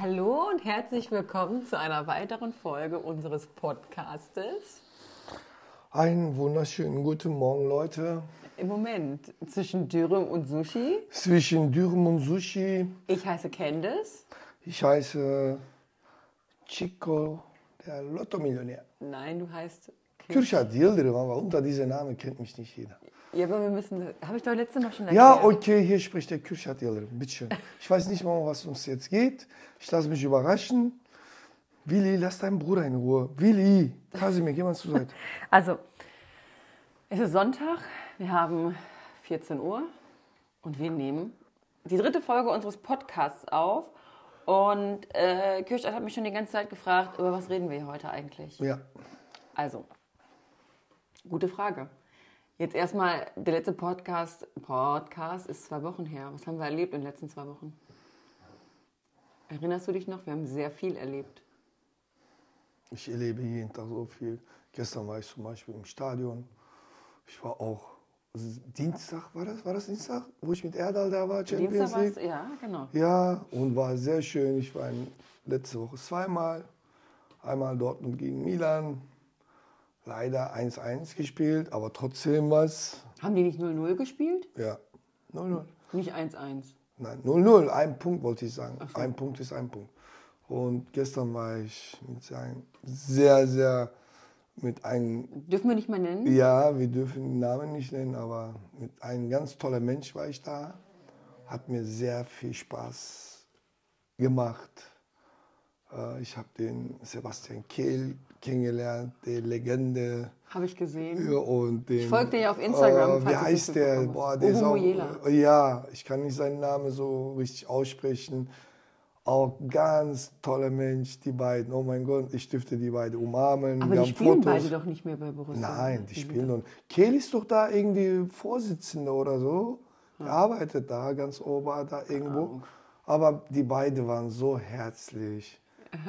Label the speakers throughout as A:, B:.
A: Hallo und herzlich willkommen zu einer weiteren Folge unseres Podcastes.
B: Einen wunderschönen guten Morgen, Leute.
A: Im Moment zwischen Dürüm und Sushi.
B: Zwischen Dürüm und Sushi.
A: Ich heiße Candice.
B: Ich heiße Chico, der Lotto-Millionär.
A: Nein, du heißt Kim.
B: Kürşat Yıldırım aber unter diesem Namen kennt mich nicht jeder.
A: Ja, aber wir müssen. Habe ich doch letzte Mal schon
B: Ja,
A: erklärt.
B: okay, hier spricht der Kürşat Yıldırım. Bitteschön. Ich weiß nicht mal, um was uns jetzt geht. Ich lasse mich überraschen. Willi, lass deinen Bruder in Ruhe. Willi, Kasimir, geh mal zur Seite.
A: Also, es ist Sonntag. Wir haben 14 Uhr und wir nehmen die dritte Folge unseres Podcasts auf. Und äh, Kirchstadt hat mich schon die ganze Zeit gefragt, über was reden wir hier heute eigentlich?
B: Ja,
A: Also, gute Frage. Jetzt erstmal, der letzte Podcast, Podcast ist zwei Wochen her. Was haben wir erlebt in den letzten zwei Wochen? Erinnerst du dich noch? Wir haben sehr viel erlebt.
B: ich erlebe jeden Tag so viel. Gestern war ich zum Beispiel im Stadion. Ich war auch Dienstag, war das? War das Dienstag? Wo ich mit Erdal da war, Champions
A: Dienstag war
B: League.
A: es, ja, genau.
B: Ja, und war sehr schön. Ich war in- letzte Woche zweimal. Einmal Dortmund gegen Milan. Leider 1-1 gespielt, aber trotzdem was.
A: Haben die nicht 0-0 gespielt?
B: Ja, 0-0.
A: Nicht 1-1.
B: Nein, 0-0. Ein Punkt wollte ich sagen. Ein Punkt ist ein Punkt. Und gestern war ich mit seinem sehr, sehr mit einem,
A: Dürfen wir nicht mal nennen?
B: ja, wir dürfen den Namen nicht nennen, aber mit einem ganz tollen Mensch war ich da. Hat mir sehr viel Spaß gemacht. Äh, Ich habe den Sebastian Kehl kennengelernt, die Legende.
A: Habe ich gesehen.
B: Ja, Und den, ich
A: folge dir ja auf Instagram, falls
B: wie
A: du es
B: heißt
A: nicht
B: der?
A: bekommen hast.
B: Boah, der ist
A: Uwe
B: auch,
A: Mojela.
B: ja, ich kann nicht seinen Namen so richtig aussprechen. Auch ganz toller Mensch, die beiden. Oh mein Gott, ich dürfte die beiden umarmen.
A: Aber
B: Wir
A: die
B: haben
A: spielen
B: Fotos.
A: beide doch nicht mehr bei Borussia. Mhm.
B: Nein, die spielen und Kehl ist doch da irgendwie Vorsitzender oder so. Der arbeitet da ganz oben, ah, da irgendwo. Aber die beiden waren so herzlich.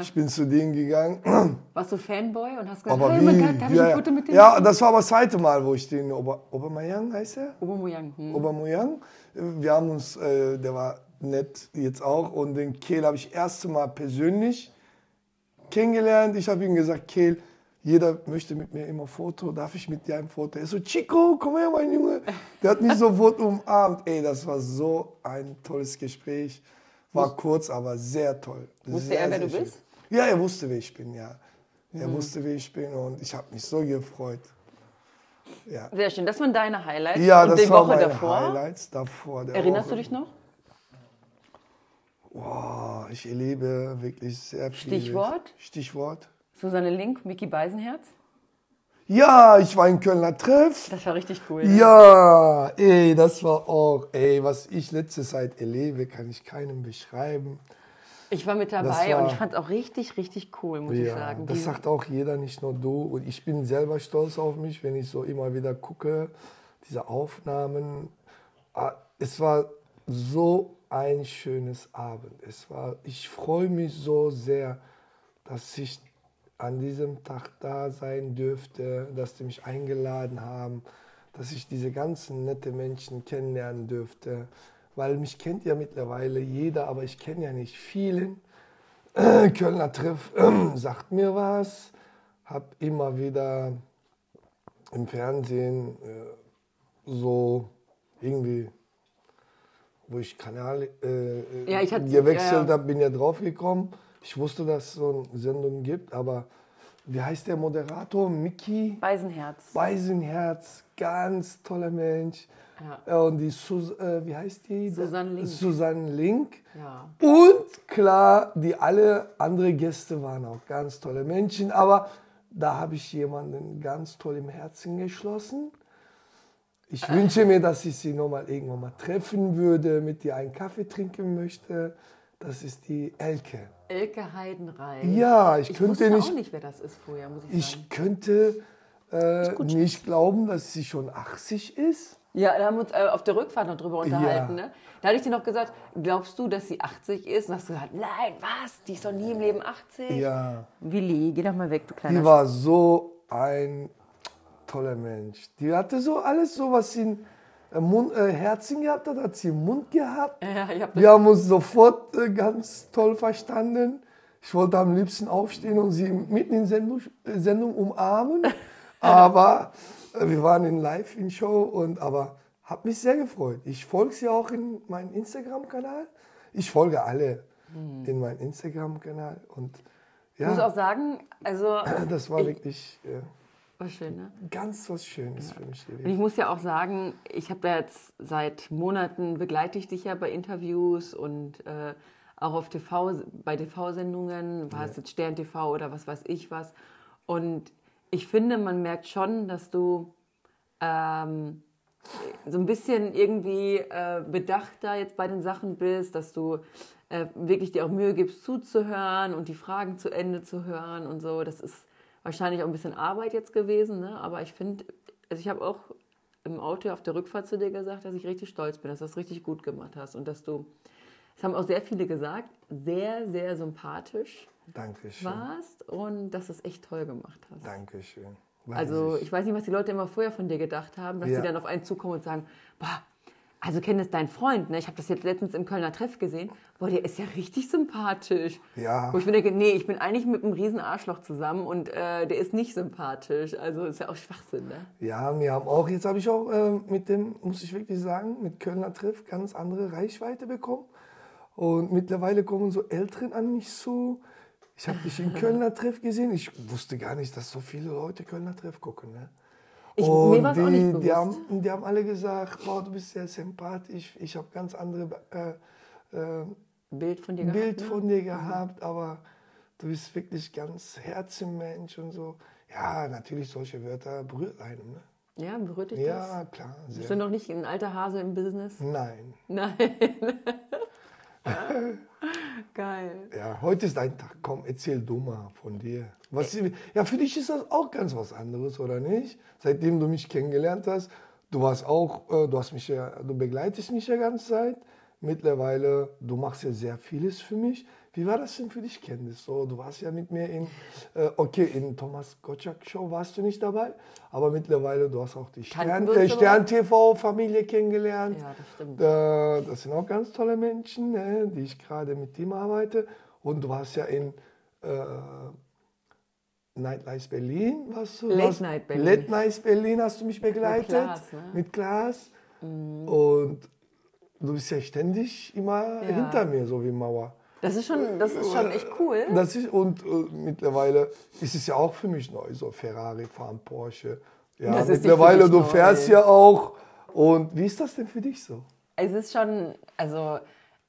B: Ich bin zu denen gegangen.
A: Warst du Fanboy und hast gesagt,
B: Aber
A: hey,
B: wie?
A: mein Gott, darf ich
B: ja,
A: ein
B: ja.
A: Foto mit dem?
B: ja, das war aber das zweite Mal, wo ich den Ober Obermeyang heißt er?
A: Aubameyang, hm.
B: Obermeyang. Wir haben uns, äh, der war nett jetzt auch und den Kehl habe ich das erste Mal persönlich kennengelernt. Ich habe ihm gesagt, Kehl, jeder möchte mit mir immer Foto, darf ich mit dir ein Foto? Er so, Chico, komm her, mein Junge. Der hat mich sofort umarmt. Ey, das war so ein tolles Gespräch. War kurz, aber sehr toll.
A: Wusste
B: sehr,
A: er, wer
B: sehr
A: du
B: schön.
A: bist? Mhm.
B: Ja, er wusste, wer ich bin, ja. Er wusste, wer ich bin und ich habe mich so gefreut. Ja,
A: Sehr schön. Das waren deine Highlights.
B: ja
A: und
B: das
A: die
B: war
A: Woche
B: meine
A: davor.
B: Highlights davor. Der
A: Erinnerst
B: Woche.
A: du dich noch?
B: Boah, Ah, ich erlebe wirklich sehr viel.
A: Stichwort?
B: Stichwort.
A: Susanne Link, Mickey Beisenherz.
B: Ja, ich war in Kölner Treff.
A: Das war richtig cool.
B: Ja, ey, das war auch, ey, was ich letzte Zeit erlebe, kann ich keinem beschreiben.
A: Ich war mit
B: Das
A: dabei
B: war-
A: und ich fand es auch richtig, richtig cool, muss ich
B: Ja,
A: sagen.
B: das
A: Die-
B: sagt auch jeder, nicht nur du. Und ich bin selber stolz auf mich, wenn ich so immer wieder gucke, diese Aufnahmen. Ah, Es war so ein schönes Abend. Es war, ich freue mich so sehr, dass ich an diesem Tag da sein dürfte, dass die mich eingeladen haben, dass ich diese ganzen nette Menschen kennenlernen dürfte. Weil mich kennt ja mittlerweile jeder, aber ich kenne ja nicht vielen. Kölner Treff sagt mir was, hab immer wieder im Fernsehen äh, so irgendwie, wo ich Kanal äh,
A: Ja, ich hatte-
B: gewechselt
A: ja, ja.
B: habe, bin ja draufgekommen. Ich wusste, dass es so eine Sendung gibt, aber wie heißt der Moderator? Mickey
A: Beisenherz.
B: Weisenherz, ganz toller Mensch.
A: Ja.
B: Äh, Und die Sus äh, wie heißt die?
A: Susanne Link.
B: Susanne Link.
A: Ja.
B: Und klar, die alle anderen Gäste waren auch ganz tolle Menschen, aber da habe ich jemanden ganz toll im Herzen geschlossen. Ich wünsche mir, dass ich sie nochmal irgendwann mal treffen würde, mit ihr einen Kaffee trinken möchte. Das ist die Elke.
A: Elke Heidenreich.
B: Ja, ich,
A: ich
B: könnte
A: wusste auch
B: nicht,
A: nicht, wer das ist vorher, muss ich, sagen.
B: ich könnte äh, nicht glauben, dass sie schon 80 ist.
A: Ja, da haben wir uns äh, auf der Rückfahrt noch drüber unterhalten.
B: Ja.
A: Ne? Da hatte ich dir noch gesagt, glaubst du, dass sie 80 ist? Und hast du gesagt, nein, was? Die ist doch nie im Leben 80.
B: Ja.
A: Willi, geh doch mal weg, du kleiner
B: Die war so ein toller Mensch. Die hatte so alles so, was sie äh, Mund, äh, Herzchen gehabt hat, hat sie im Mund gehabt.
A: Ja, ich hab das,
B: Wir haben uns sofort äh, ganz toll verstanden. Ich wollte am liebsten aufstehen und sie mitten in Sendung, äh, Sendung umarmen. Aber äh, wir waren in Live in Show und aber habe mich sehr gefreut. Ich folge sie auch in meinem Instagram-Kanal. Ich folge alle in meinem Instagram-Kanal und
A: ich Mhm. muss
B: ja,
A: auch sagen, also,
B: das war wirklich äh,
A: war schön, ne?
B: ganz was Schönes für mich gewesen.
A: Und ich muss ja auch sagen, ich habe da jetzt seit Monaten begleite ich dich ja bei Interviews und äh, auch auf TV, bei TV-Sendungen, war es jetzt Stern TV oder was weiß ich was. Und ich finde, man merkt schon, dass du ähm, so ein bisschen irgendwie äh, bedachter jetzt bei den Sachen bist, dass du äh, wirklich dir auch Mühe gibst, zuzuhören und die Fragen zu Ende zu hören und so. Das ist wahrscheinlich auch ein bisschen Arbeit jetzt gewesen, ne? aber ich finde, also ich habe auch im Auto auf der Rückfahrt zu dir gesagt, dass ich richtig stolz bin, dass du das richtig gut gemacht hast und dass du, das haben auch sehr viele gesagt, sehr, sehr sympathisch
B: Dankeschön.
A: warst und dass du es echt toll gemacht hast.
B: Dankeschön. Weiß
A: Also
B: ich.
A: ich weiß nicht, was die Leute immer vorher von dir gedacht haben, dass
B: Ja.
A: die dann auf einen zukommen und sagen, boah, also Ken ist dein Freund, ne? Ich habe das jetzt letztens im Kölner Treff gesehen. Boah, der ist ja richtig sympathisch.
B: Ja.
A: Wo ich mir denke, nee, ich bin eigentlich mit einem riesen Arschloch zusammen und äh, der ist nicht sympathisch. Also ist ja auch Schwachsinn, ne?
B: Ja, wir haben auch, jetzt habe ich auch äh, mit dem, muss ich wirklich sagen, mit Kölner Triff ganz andere Reichweite bekommen. Und mittlerweile kommen so Älteren an mich zu. Ich habe dich in Kölner Treff gesehen. Ich wusste gar nicht, dass so viele Leute Kölner Treff gucken. Ne?
A: Ich, mir
B: Und
A: war es
B: die,
A: auch nicht
B: die,
A: bewusst.
B: haben, die haben alle gesagt, boah, du bist sehr sympathisch. Ich habe ganz andere äh, äh,
A: Bild von dir
B: ein Bild
A: gehabt, ne?
B: von dir gehabt, aber du bist wirklich ganz Herzenmensch und so. Ja, natürlich, solche Wörter berührt einen. Ne?
A: Ja, berührt dich das?
B: Ja, klar.
A: Bist du
B: Sehr.
A: noch nicht ein alter Hase im Business?
B: Nein.
A: Nein. Geil.
B: Ja, heute ist dein Tag. Komm, erzähl du mal von dir. Was,
A: Äh.
B: ja, für dich ist das auch ganz was anderes, oder nicht? Seitdem du mich kennengelernt hast, du warst auch, äh, du hast mich ja, du begleitest mich ja ganze Zeit. Mittlerweile, du machst ja sehr vieles für mich. Wie war das denn für dich, Candice? So, du warst ja mit mir in, äh, okay, in Thomas Gottschalk Show warst du nicht dabei, aber mittlerweile, du hast auch die
A: Kannten
B: Stern,
A: wir uns
B: äh,
A: aber?
B: Stern TV-Familie kennengelernt.
A: Ja, das stimmt.
B: Da, das sind auch ganz tolle Menschen, ne, die ich gerade mit dem arbeite. Und du warst ja in äh, Nightlife Berlin. Warst du,
A: Late
B: warst,
A: Night Berlin.
B: Late Night Berlin hast du mich begleitet.
A: Klaas, ne? Mhm.
B: Mit Glas. Und du bist ja ständig immer
A: Ja.
B: hinter mir, so wie Mauer.
A: Das ist schon, das
B: Oh,
A: ist schon echt cool.
B: Das ist, und äh, mittlerweile ist es ja auch für mich neu, so Ferrari fahren, Porsche. Ja,
A: Das ist nicht für
B: mittlerweile,
A: dich
B: du
A: neu.
B: fährst ja auch. Und wie ist das denn für dich so?
A: Es ist schon, also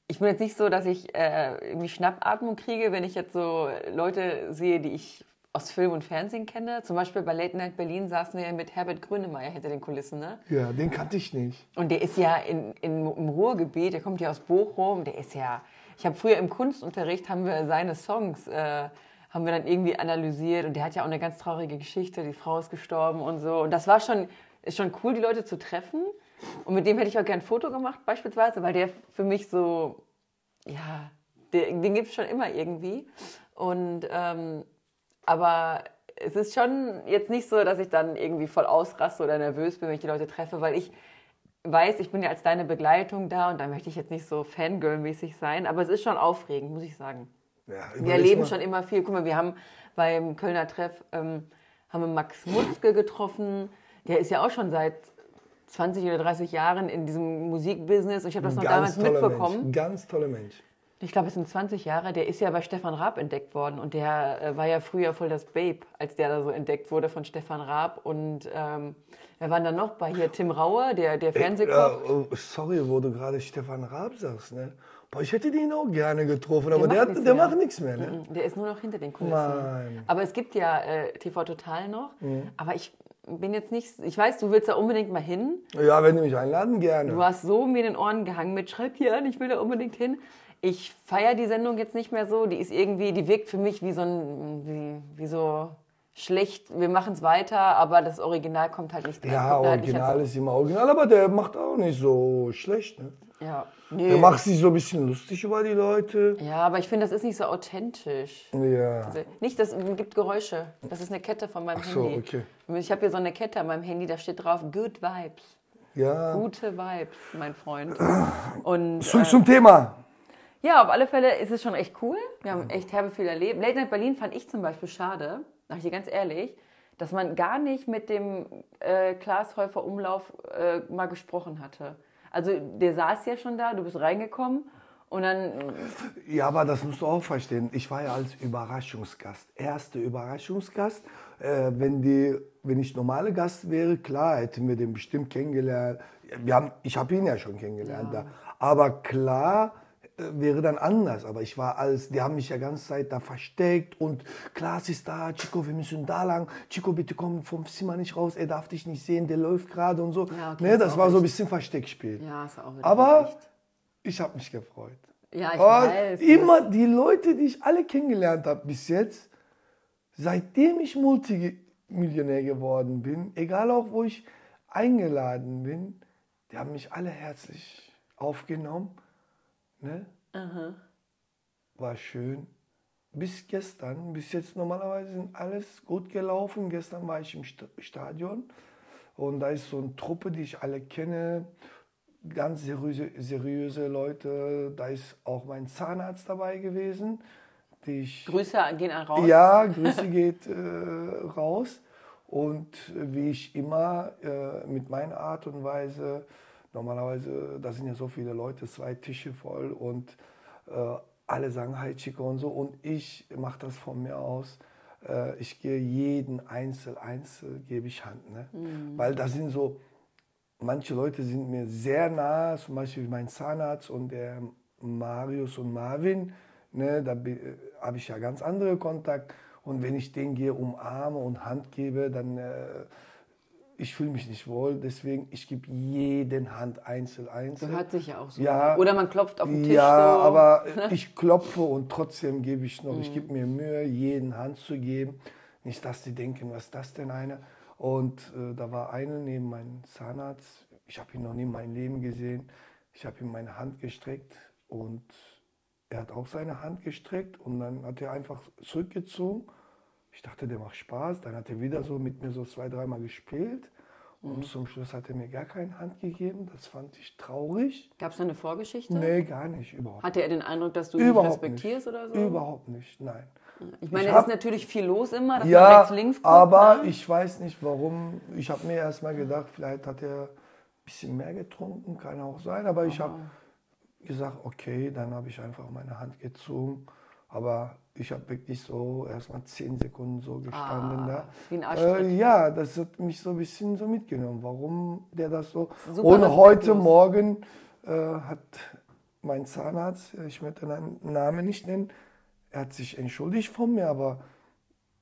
A: ich bin jetzt nicht so, dass ich äh, irgendwie Schnappatmung kriege, wenn ich jetzt so Leute sehe, die ich aus Film und Fernsehen kenne. Zum Beispiel bei Late Night Berlin saßen wir ja mit Herbert Grönemeyer hinter den Kulissen, ne?
B: Ja, den kannte ich nicht.
A: Und der ist ja in, in, im Ruhrgebiet, der kommt ja aus Bochum, der ist ja. Ich habe früher im Kunstunterricht haben wir seine Songs, äh, haben wir dann irgendwie analysiert und der hat ja auch eine ganz traurige Geschichte, die Frau ist gestorben und so. Und das war schon, ist schon cool, die Leute zu treffen. Und mit dem hätte ich auch gern ein Foto gemacht, beispielsweise, weil der für mich so, ja, der, den gibt es schon immer irgendwie. Und ähm, aber es ist schon jetzt nicht so, dass ich dann irgendwie voll ausraste oder nervös bin, wenn ich die Leute treffe, weil ich weiß, ich bin ja als deine Begleitung da und da möchte ich jetzt nicht so Fangirl-mäßig sein, aber es ist schon aufregend, muss ich sagen.
B: Ja,
A: Wir
B: überleg
A: erleben
B: mal.
A: schon immer viel. Guck mal, wir haben beim Kölner Treff ähm, haben wir Max Mutzke getroffen. Der ist ja auch schon seit 20 oder 30 Jahren in diesem Musikbusiness und ich habe das noch damals
B: Ganz toller
A: mitbekommen.
B: Mensch. Ganz toller Mensch.
A: Ich glaube, es sind 20 Jahre. Der ist ja bei Stefan Raab entdeckt worden und der äh, war ja früher voll das Babe, als der da so entdeckt wurde von Stefan Raab. Und ähm, wer waren da noch bei? Hier Tim Rauer, der, der
B: Ja,
A: Fernsehkoch.
B: oh, sorry, wo du gerade Stefan Raab sagst. Ne? Boah, ich hätte den auch gerne getroffen, aber
A: macht
B: der, hat,
A: nichts
B: der
A: mehr.
B: macht nichts mehr. Ne?
A: Mhm. Der ist nur noch hinter den Kulissen.
B: Mann. Mhm.
A: Aber es gibt ja äh, TV Total noch. Aber ich bin jetzt nicht. Ich weiß, du willst da unbedingt mal hin.
B: Ja, wenn die mich einladen,
A: Du
B: gerne.
A: hast so mir in den Ohren gehangen mit Schreib hier an, ich will da unbedingt hin. Ich feiere die Sendung jetzt nicht mehr so. Die ist irgendwie, die wirkt für mich wie so ein, wie, wie so schlecht. Wir machen es weiter, aber das Original kommt halt nicht
B: Ja,
A: kommt halt nicht als-
B: original ist immer original, aber der macht auch nicht so schlecht. Ne?
A: ja.
B: Der
A: Nö.
B: macht sich so ein bisschen lustig über die Leute.
A: ja, aber ich finde, das ist nicht so authentisch.
B: Ja.
A: Also Nicht, das gibt Geräusche. Das ist eine Kette von meinem
B: Ach so,
A: Handy.
B: okay.
A: Ich habe hier so eine Kette an meinem Handy, da steht drauf Good Vibes.
B: Ja.
A: Gute Vibes, mein Freund. Und
B: Zurück zum Thema.
A: ja, auf alle Fälle ist es schon echt cool. Wir haben echt herbe viel erlebt. Late Night Berlin fand ich zum Beispiel schade, sag ich dir ganz ehrlich, dass man gar nicht mit dem äh, Klaas Häufer Umlauf äh, mal gesprochen hatte. Also der saß ja schon da, du bist reingekommen und dann,
B: Ja, aber das musst du auch verstehen. Ich war ja als Überraschungsgast, erste Überraschungsgast. Äh, wenn, die, wenn ich normale Gast wäre, klar, hätten wir den bestimmt kennengelernt. Wir haben, ich habe ihn ja schon kennengelernt da. Aber klar äh, wäre dann anders. Aber ich war als, die haben mich ja ganze Zeit da versteckt und Klaas ist da, Chico, wir müssen da lang. Chico, bitte komm vom Zimmer nicht raus, er darf dich nicht sehen, der läuft gerade und so.
A: Ja, okay,
B: ne,
A: ist
B: das
A: auch
B: war so ein bisschen Versteckspiel.
A: ja, ist auch wieder
B: aber
A: recht.
B: ich habe mich gefreut.
A: Ja, ich
B: Aber
A: weiß.
B: Oh, immer die Leute, die ich alle kennengelernt habe bis jetzt, seitdem ich Multimillionär geworden bin, egal auch wo ich eingeladen bin, die haben mich alle herzlich aufgenommen. Ne? War schön. Bis gestern, bis jetzt normalerweise sind alles gut gelaufen. Gestern war ich im Sta- Stadion und da ist so eine Truppe, die ich alle kenne ganz seriöse, seriöse Leute. Da ist auch mein Zahnarzt dabei gewesen, die ich.
A: Grüße gehen an raus.
B: Ja, Grüße geht äh, raus. Und wie ich immer äh, mit meiner Art und Weise, normalerweise, da sind ja so viele Leute, zwei Tische voll und äh, alle sagen Hi Chico und so. Und ich mache das von mir aus. Äh, ich gehe jeden Einzel, Einzel gebe ich Hand. Ne? Weil da sind so, manche Leute sind mir sehr nah, zum Beispiel mein Zahnarzt und der Marius und Marvin. Ne, da habe ich ja ganz andere Kontakt. Und wenn ich denen gehe, umarme und Hand gebe, dann äh, ich fühle mich nicht wohl. Deswegen, ich gebe jeden Hand einzeln, einzeln.
A: Gehört sich ja auch so.
B: Ja.
A: Oder man klopft auf den Tisch
B: Ja,
A: so. Mhm.
B: aber ich klopfe und trotzdem gebe ich noch. Ich gebe mir Mühe, jeden Hand zu geben. Nicht, dass die denken, was ist das denn eine? Und äh, da war eine neben meinem Zahnarzt. Ich habe ihn noch nie in meinem Leben gesehen. Ich habe ihm meine Hand gestreckt und er hat auch seine Hand gestreckt und dann hat er einfach zurückgezogen. Ich dachte, der macht Spaß. Dann hat er wieder so mit mir so zwei, dreimal gespielt.
A: Mhm.
B: Und zum Schluss hat er mir gar keine Hand gegeben. Das fand ich traurig.
A: Gab es da eine Vorgeschichte?
B: Nee, gar nicht, überhaupt.
A: Hatte er den Eindruck, dass du ihn nicht
B: überhaupt
A: respektierst oder so?
B: Überhaupt nicht, nein.
A: Ich meine,
B: Ich
A: es
B: hab-
A: ist natürlich viel los immer, dass man
B: Ja,
A: rechts, links guckt.
B: aber
A: ne?
B: ich weiß nicht warum. Ich habe mir erstmal gedacht, vielleicht hat er ein bisschen mehr getrunken, kann auch sein. Aber ich habe gesagt, okay, dann habe ich einfach meine Hand gezogen. Aber ich habe wirklich so erstmal zehn Sekunden so gestanden
A: Ah,
B: da.
A: wie ein Arschtritt.
B: äh, ja, das hat mich so ein bisschen so mitgenommen. Warum der das so.
A: Super
B: und heute
A: respektlos.
B: Morgen äh, hat mein Zahnarzt, ich möchte den Namen nicht nennen, er hat sich entschuldigt von mir, aber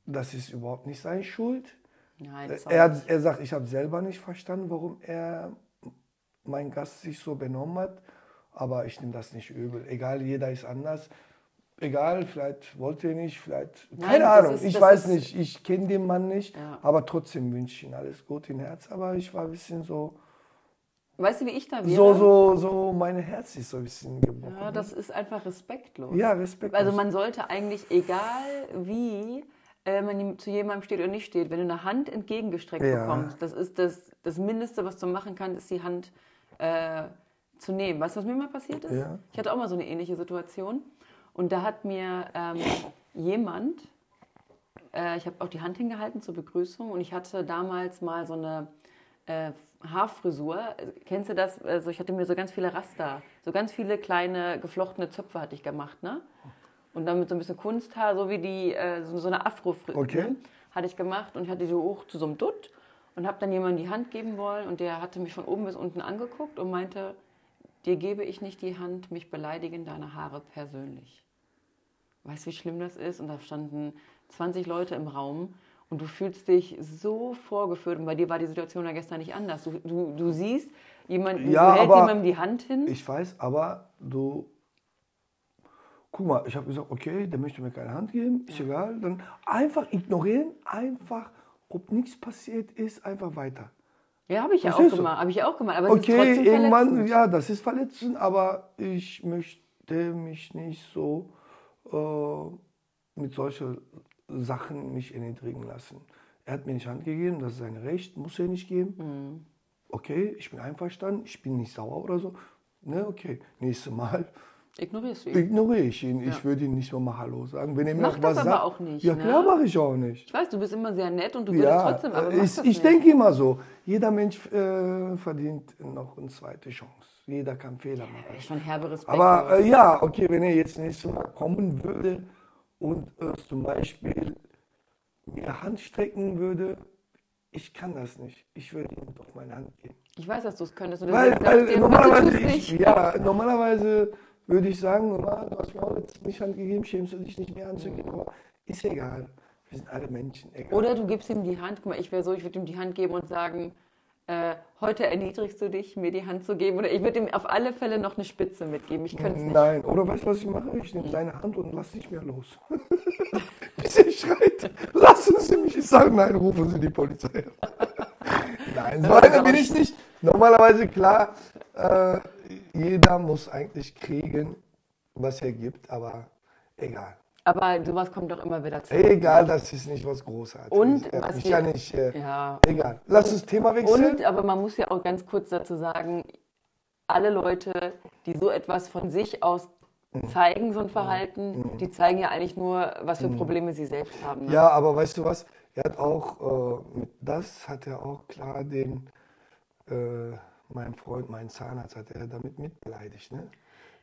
B: das ist überhaupt nicht seine Schuld.
A: Nein, das
B: Er, hat, er sagt, ich habe selber nicht verstanden, warum er mein Gast sich so benommen hat, aber ich nehme das nicht übel. Egal, jeder ist anders. Egal, vielleicht wollte er nicht, vielleicht.
A: Nein,
B: keine
A: das
B: Ahnung,
A: ist-
B: ich
A: das
B: weiß
A: ist-
B: nicht, ich kenne den Mann nicht,
A: Ja.
B: aber trotzdem wünsche ich ihm alles Gute im Herz. Aber ich war ein bisschen so,
A: weißt du, wie ich da wäre?
B: so, so, so, mein Herz ist so ein bisschen gebrochen.
A: Ja, das ist einfach respektlos.
B: Ja, Respekt.
A: Also man sollte eigentlich, egal wie äh, man ihm- zu jemandem steht oder nicht steht, wenn du eine Hand entgegengestreckt
B: Ja.
A: bekommst, das ist das, das Mindeste, was du machen kannst, ist die Hand äh, zu nehmen. Weißt du, was mir mal passiert ist?
B: Ja.
A: Ich hatte auch mal so eine ähnliche Situation. Und da hat mir ähm, jemand, äh, ich habe auch die Hand hingehalten zur Begrüßung und ich hatte damals mal so eine äh, Haarfrisur. Äh, Kennst du das? Also ich hatte mir so ganz viele Raster, so ganz viele kleine geflochtene Zöpfe hatte ich gemacht, ne? Und dann mit so ein bisschen Kunsthaar, so wie die, äh, so, so eine Afro-Frisur
B: Okay.
A: hatte ich gemacht und ich hatte die hoch zu so einem Dutt und habe dann jemandem die Hand geben wollen und der hatte mich von oben bis unten angeguckt und meinte, dir gebe ich nicht die Hand, mich beleidigen deine Haare persönlich. Weißt du, wie schlimm das ist? Und da standen 20 Leute im Raum und du fühlst dich so vorgeführt. Und bei dir war die Situation ja gestern nicht anders. Du, du, du siehst jemanden,
B: Ja,
A: du hältst
B: aber
A: jemandem die Hand hin.
B: Ich weiß, aber du. Guck mal, ich habe gesagt, okay, der möchte mir keine Hand geben, ist egal. Dann einfach ignorieren, einfach, ob nichts passiert ist, einfach weiter.
A: ja, habe ich ja auch
B: Verstehst du?
A: gemacht. Habe ich ja auch gemacht. Aber es ist
B: Okay,
A: trotzdem
B: irgendwann,
A: verletzend.
B: ja, das ist verletzend, aber ich möchte mich nicht so äh, mit solchen
A: Mhm.
B: Sachen mich erniedrigen lassen. Er hat mir nicht Hand gegeben, das ist sein Recht, muss er nicht geben. okay, ich bin einverstanden, ich bin nicht sauer oder so. Ne, okay, nächstes Mal
A: Ignorierst du ihn?
B: ignoriere ich ihn. Ich würde ihm nicht mal, mal Hallo sagen. Wenn er mir
A: Mach
B: auch
A: das
B: was
A: aber
B: sagt,
A: auch nicht,
B: Ja,
A: ne?
B: klar mache ich auch nicht.
A: Ich weiß, du bist immer sehr nett und du würdest
B: Ja,
A: trotzdem, aber
B: äh,
A: mach
B: ich,
A: das
B: ich
A: nicht.
B: denke immer so, jeder Mensch äh, verdient noch eine zweite Chance. Jeder kann Fehler machen.
A: Ey, Schon herbe Respekt.
B: Aber äh, ja, okay, wenn er jetzt nächstes Mal kommen würde und äh, zum Beispiel mir Hand strecken würde, ich kann das nicht. Ich würde ihm doch meine Hand geben.
A: ich weiß, dass du es könntest. Und
B: Weil,
A: deswegen sag
B: weil
A: ich dir, bitte
B: normalerweise,
A: tu's
B: ich,
A: nicht.
B: ja, normalerweise würde ich sagen, normal, du hast mir auch jetzt nicht Hand gegeben, schämst du dich nicht mehr anzugeben, aber ist egal. Wir sind alle Menschen, egal.
A: Oder du gibst ihm die Hand. Guck mal, ich wäre so, ich würde ihm die Hand geben und sagen, äh, heute erniedrigst du dich, mir die Hand zu geben. Oder ich würde ihm auf alle Fälle noch eine Spitze mitgeben. Ich könnte es nicht.
B: Nein, oder weißt du, was ich mache? Ich nehme seine Hand und lass nicht mehr los. Bis er schreit, lassen Sie mich. Ich sage, nein, rufen Sie die Polizei. nein, so einer bin ich nicht. Normalerweise, klar, äh, jeder muss eigentlich kriegen, was er gibt, aber egal.
A: Aber sowas kommt doch immer wieder zu.
B: Egal, das ist nicht was Großartiges.
A: Und
B: Äh,
A: was
B: ich
A: wir-
B: kann nicht, äh,
A: Ja.
B: egal. Lass das Thema wechseln.
A: Und, aber man muss ja auch ganz kurz dazu sagen, alle Leute, die so etwas von sich aus zeigen, so ein Verhalten, die zeigen ja eigentlich nur, was für Probleme sie selbst haben. ne?
B: Ja, aber weißt du was? Er hat auch, äh, mit das hat er auch klar den, äh, mein Freund, mein Zahnarzt, hat er damit mitbeleidigt, ne?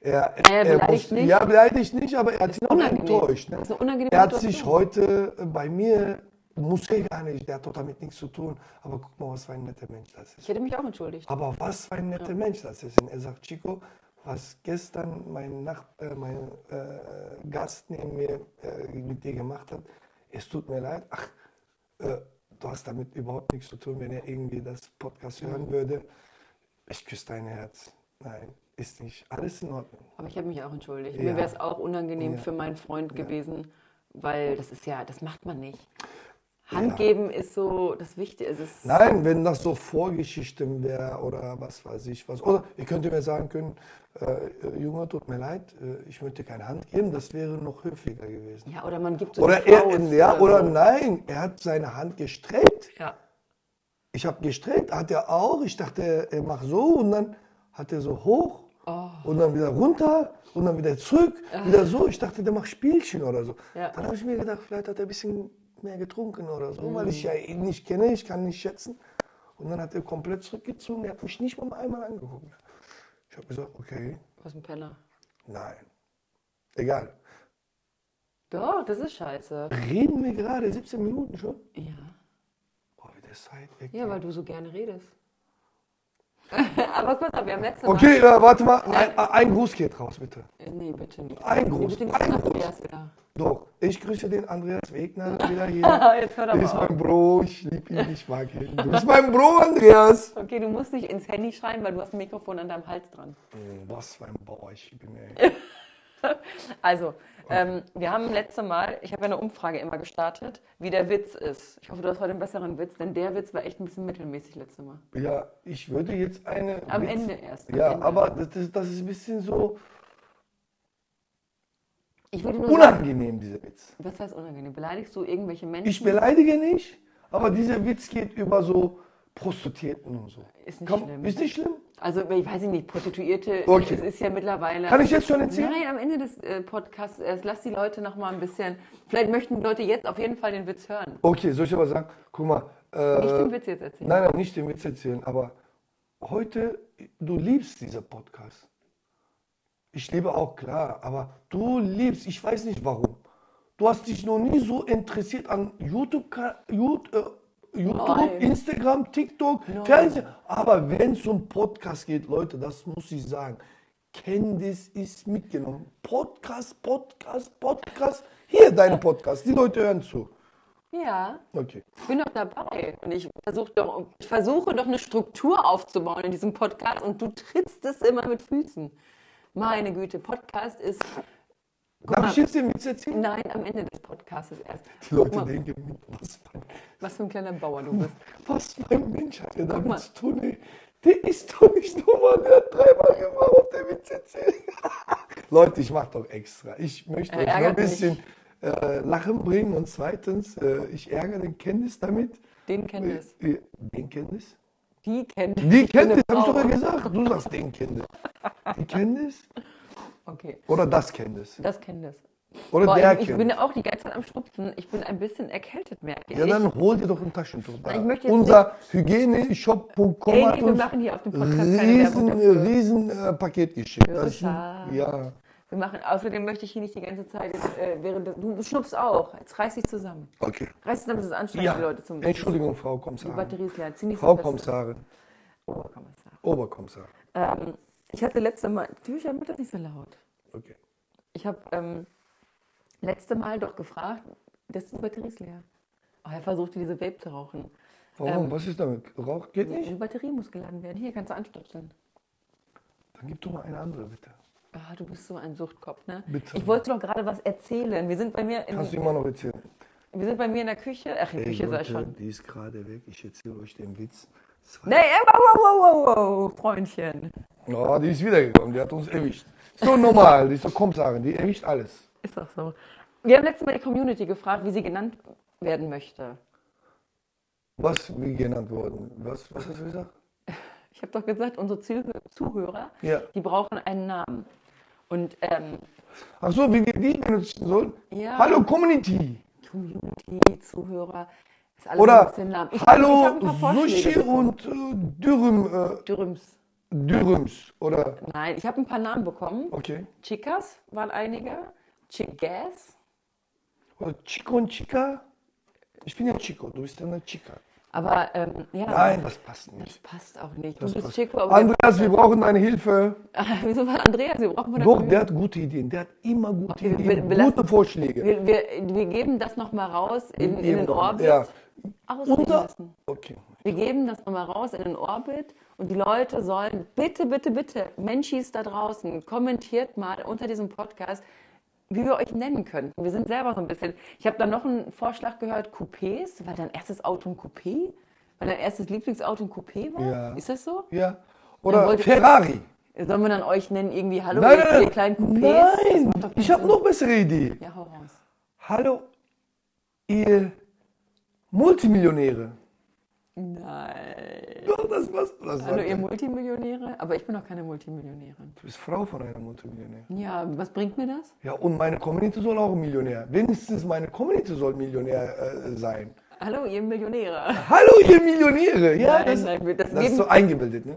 B: Er,
A: Naja, beleidigt nicht.
B: Ja, beleidigt nicht, aber er hat ihn auch
A: unangenehm.
B: enttäuscht. Ne?
A: Das ist eine unangenehme
B: er hat sich
A: Situation.
B: heute äh, bei mir, muss er gar nicht, der hat doch damit nichts zu tun. Aber guck mal, was für ein netter Mensch das ist.
A: Ich hätte mich auch entschuldigt.
B: Aber was für ein netter Mensch das ist. Und er sagt, Chico, was gestern mein, Nach äh, mein äh, Gast neben mir äh, mit dir gemacht hat, es tut mir leid. Ach, äh, du hast damit überhaupt nichts zu tun, wenn er irgendwie das Podcast hören würde. Ich küsse dein Herz. Nein, ist nicht. Alles in Ordnung.
A: Aber ich habe mich auch entschuldigt.
B: Ja.
A: Mir wäre es auch unangenehm
B: Ja.
A: für meinen Freund gewesen, weil das ist ja, das macht man nicht.
B: Ja.
A: Hand geben ist so das Wichtige. Es ist,
B: Nein, wenn das so Vorgeschichten wäre oder was weiß ich was. Oder ihr könnt mir sagen können, äh, äh, Junge, tut mir leid, äh, ich möchte keine Hand geben, das wäre noch höflicher gewesen.
A: ja, oder man gibt so
B: Oder
A: die
B: er,
A: Faust
B: ja, oder
A: so.
B: nein, er hat seine Hand gestreckt.
A: Ja.
B: Ich habe gestreckt, hat er auch. Ich dachte, er macht so und dann hat er so hoch
A: Oh.
B: und dann wieder runter und dann wieder zurück, wieder so. Ich dachte, der macht Spielchen oder so.
A: Ah. Ja.
B: Dann habe ich mir gedacht, vielleicht hat er ein bisschen mehr getrunken oder so,
A: Mm.
B: weil ich ja ihn nicht kenne, ich kann nicht schätzen. Und dann hat er komplett zurückgezogen, er hat mich nicht mal einmal angeguckt. Ich habe gesagt, okay,
A: Was ein Penner.
B: nein, egal.
A: Doch, das ist scheiße.
B: Reden wir gerade 17 Minuten schon?
A: Ja.
B: Boah, wie der Zeit weg.
A: Ja, weil du so gerne redest. Aber kurz ab, wir haben letzte
B: Okay, äh, warte mal. Ein, ein Gruß geht raus, bitte.
A: Mal. Äh, Nee, bitte nicht.
B: Ein
A: Nee,
B: Gruß,
A: bitte nicht
B: ein
A: nach
B: Gruß.
A: Andreas wieder.
B: Doch, ich grüße den Andreas Wegner wieder hier.
A: Jetzt hört
B: Der ist
A: aber auf.
B: mein Bro, ich liebe ihn, ich mag ihn. Du bist mein Bro, Andreas.
A: Okay, du musst nicht ins Handy schreien, weil du hast ein Mikrofon an deinem Hals dran.
B: Mm, Was für ein Bauer ich bin, ey.
A: Also, ähm, wir haben letzte Mal, ich habe ja eine Umfrage immer gestartet, wie der Witz ist. Ich hoffe, du hast heute einen besseren Witz, denn der Witz war echt ein bisschen mittelmäßig letzte Mal.
B: Ja, ich würde jetzt eine.
A: Am
B: Witz-
A: Ende erst. am
B: Ja,
A: Ende.
B: aber das ist, das ist ein bisschen so
A: Ich würde nur sagen,
B: unangenehm, dieser Witz.
A: was heißt unangenehm? Beleidigst du irgendwelche Menschen?
B: Ich beleidige nicht, aber dieser Witz geht über so Prostituierten und so.
A: Ist nicht schlimm.
B: Ist nicht schlimm?
A: also, ich weiß ich nicht, Prostituierte,
B: Okay.
A: es ist ja mittlerweile.
B: Kann ich jetzt schon erzählen?
A: Nein, am Ende des äh, Podcasts erst. Lass die Leute noch mal ein bisschen. Vielleicht möchten die Leute jetzt auf jeden Fall den Witz hören.
B: Okay, soll ich aber sagen, guck mal. Äh,
A: Nicht den Witz jetzt erzählen.
B: Nein, nein, nicht den Witz erzählen, aber heute, du liebst dieser Podcast. Ich liebe auch, klar, aber du liebst, ich weiß nicht warum. Du hast dich noch nie so interessiert an YouTube, Ka- Jut- äh, YouTube
A: Nein.
B: Instagram, TikTok, Fernsehen. Aber wenn es um Podcast geht, Leute, das muss ich sagen. Candice ist mitgenommen. Podcast, Podcast, Podcast. Hier dein Podcast. Die Leute hören zu.
A: Ja.
B: Okay.
A: Ich bin doch dabei und ich, versuch doch, ich versuche doch eine Struktur aufzubauen in diesem Podcast und du trittst es immer mit Füßen. Meine Güte, Podcast ist,
B: Darf ich jetzt den Witz erzählen?
A: nein, am Ende des Podcasts erst.
B: Die Leute denken, was für, ein,
A: Was für ein kleiner Bauer du bist.
B: was für ein Mensch hat der damit
A: mal.
B: zu tun? ey? Der ist doch nicht normal, der hat dreimal gemacht auf der Witz erzählt. Leute, ich mache doch extra. Ich möchte
A: Er
B: euch noch ein
A: ärgert mich.
B: bisschen äh, Lachen bringen und zweitens, äh, ich ärgere den Kenntnis damit.
A: Den Kenntnis.
B: Äh, äh, den Kenntnis?
A: Die kennt
B: Die Candice, hab ich
A: auch.
B: doch ja gesagt. Du sagst den Candice. Die Candice?
A: Okay,
B: Oder das Candice?
A: das kennt es.
B: Oder
A: Boah,
B: der
A: ich, ich bin
B: Candice?
A: ja auch die ganze Zeit am Schnupfen. Ich bin ein bisschen erkältet, merke ich.
B: Ja, dann hol dir doch ein Taschentuch. Da.
A: Ich möchte jetzt
B: Unser Hygieneshop.com
A: Ey,
B: hat
A: nee, wir
B: uns
A: machen hier auf dem Podcast keine Werbung
B: riesen,
A: dafür.
B: riesen äh, Paket geschickt. Das ist
A: Rosa.
B: ein, ja,
A: Wir machen, außerdem möchte ich hier nicht die ganze Zeit, äh, während des, du schnuppst auch. Jetzt reiß dich zusammen.
B: okay.
A: Reiß dich zusammen, das ist anstrengend
B: Ja.
A: für Leute zum
B: Entschuldigung, Frau
A: Die
B: Kommissarin.
A: Batterie ist leer. Zieh nicht
B: Frau
A: so fest.
B: Kommissarin,
A: Oh, kann man sagen.
B: Oberkommissarin.
A: Ähm, ich hatte letzte Mal, Tücher, mach das nicht so laut.
B: Okay.
A: Ich habe ähm, letzte Mal doch gefragt, das ist die Batterie ist leer. Oh, er versuchte diese Vape zu rauchen. Ähm,
B: Warum? Was ist damit? Rauch geht
A: Die
B: nicht?
A: Batterie muss geladen werden. Hier kannst du anstöpseln.
B: Dann gib doch mal eine andere, bitte.
A: Ah, du bist so ein Suchtkopf, ne?
B: Bitte.
A: Ich wollte doch gerade was erzählen. Wir sind bei mir in,
B: Kannst du immer noch erzählen?
A: wir sind bei mir in der Küche. Ach, in der
B: Ey,
A: Küche sei
B: Leute,
A: schon.
B: die ist gerade weg. Ich erzähle euch den Witz. Zwei-
A: Nee, ey, wow, wow, wow, wow, wow, Freundchen.
B: Ja, Oh, die ist wiedergekommen. Die hat uns erwischt. Ist doch normal. Die ist doch Kommissarin. Die erwischt alles.
A: Ist doch so. Wir haben letztes Mal die Community gefragt, wie sie genannt werden möchte.
B: Was wir genannt wurden. Was, was hast du gesagt?
A: Ich habe doch gesagt, unsere Zuh- Zuhörer,
B: Ja.
A: die brauchen einen Namen. Und ähm,
B: Ach so, wie wir die benutzen sollen?
A: Ja.
B: Hallo Community.
A: Community-Zuhörer ist alles
B: Oder
A: ein bisschen Namen. Ich- ich hab
B: Hallo
A: ein paar Vorschläge
B: Sushi
A: bekommen.
B: und äh, Dürüm, äh,
A: Dürüms.
B: Dürüms. Oder,
A: Nein, ich habe ein paar Namen bekommen.
B: okay.
A: Chicas waren einige. Chigas.
B: Oder Chico und Chica. Ich bin ja Chico, du bist ja eine Chica.
A: Aber ähm, ja,
B: Nein, das passt
A: das
B: nicht.
A: passt auch nicht. Du
B: Das
A: bist
B: passt.
A: Chico, aber
B: Andreas, wir brauchen deine Hilfe.
A: wieso war Andreas? Wir brauchen
B: Doch, der hat gute Ideen. Der hat immer gute
A: Okay, wir-
B: Ideen,
A: wir lassen-
B: gute Vorschläge.
A: Wir, wir, wir geben das nochmal raus in, in den Orbit.
B: Ja.
A: Ausreden
B: Unser,
A: lassen.
B: okay.
A: Wir geben das nochmal raus in den Orbit und die Leute sollen bitte, bitte, bitte, Menschies da draußen, kommentiert mal unter diesem Podcast, wie wir euch nennen können. Wir sind selber so ein bisschen. Ich habe da noch einen Vorschlag gehört, Coupés, weil dein erstes Auto ein Coupé, weil dein erstes Lieblingsauto ein Coupé war.
B: Ja.
A: Ist das so?
B: Ja.
A: Dann
B: Oder
A: wollte-
B: Ferrari.
A: Sollen wir dann euch nennen irgendwie Hallo,
B: Nein,
A: ihr, ihr
B: nein,
A: kleinen
B: nein.
A: Coupés? Das macht
B: nein.
A: doch keinen
B: Ich habe
A: Sinn.
B: noch bessere Idee.
A: Ja, hau raus.
B: Hallo, ihr Multimillionäre.
A: Nein.
B: Doch, das passt. Das
A: Hallo,
B: sagt
A: ihr
B: er.
A: Multimillionäre? Aber ich bin doch keine Multimillionärin.
B: du bist Frau von einem Multimillionär.
A: Ja, was bringt mir das?
B: Ja, und meine Community soll auch Millionär. Wenigstens meine Community soll Millionär äh, sein.
A: Hallo, ihr Millionäre.
B: Hallo, ihr Millionäre. Ja,
A: Nein,
B: das,
A: nein, wir- das
B: das,
A: geben-
B: ist so eingebildet, ne?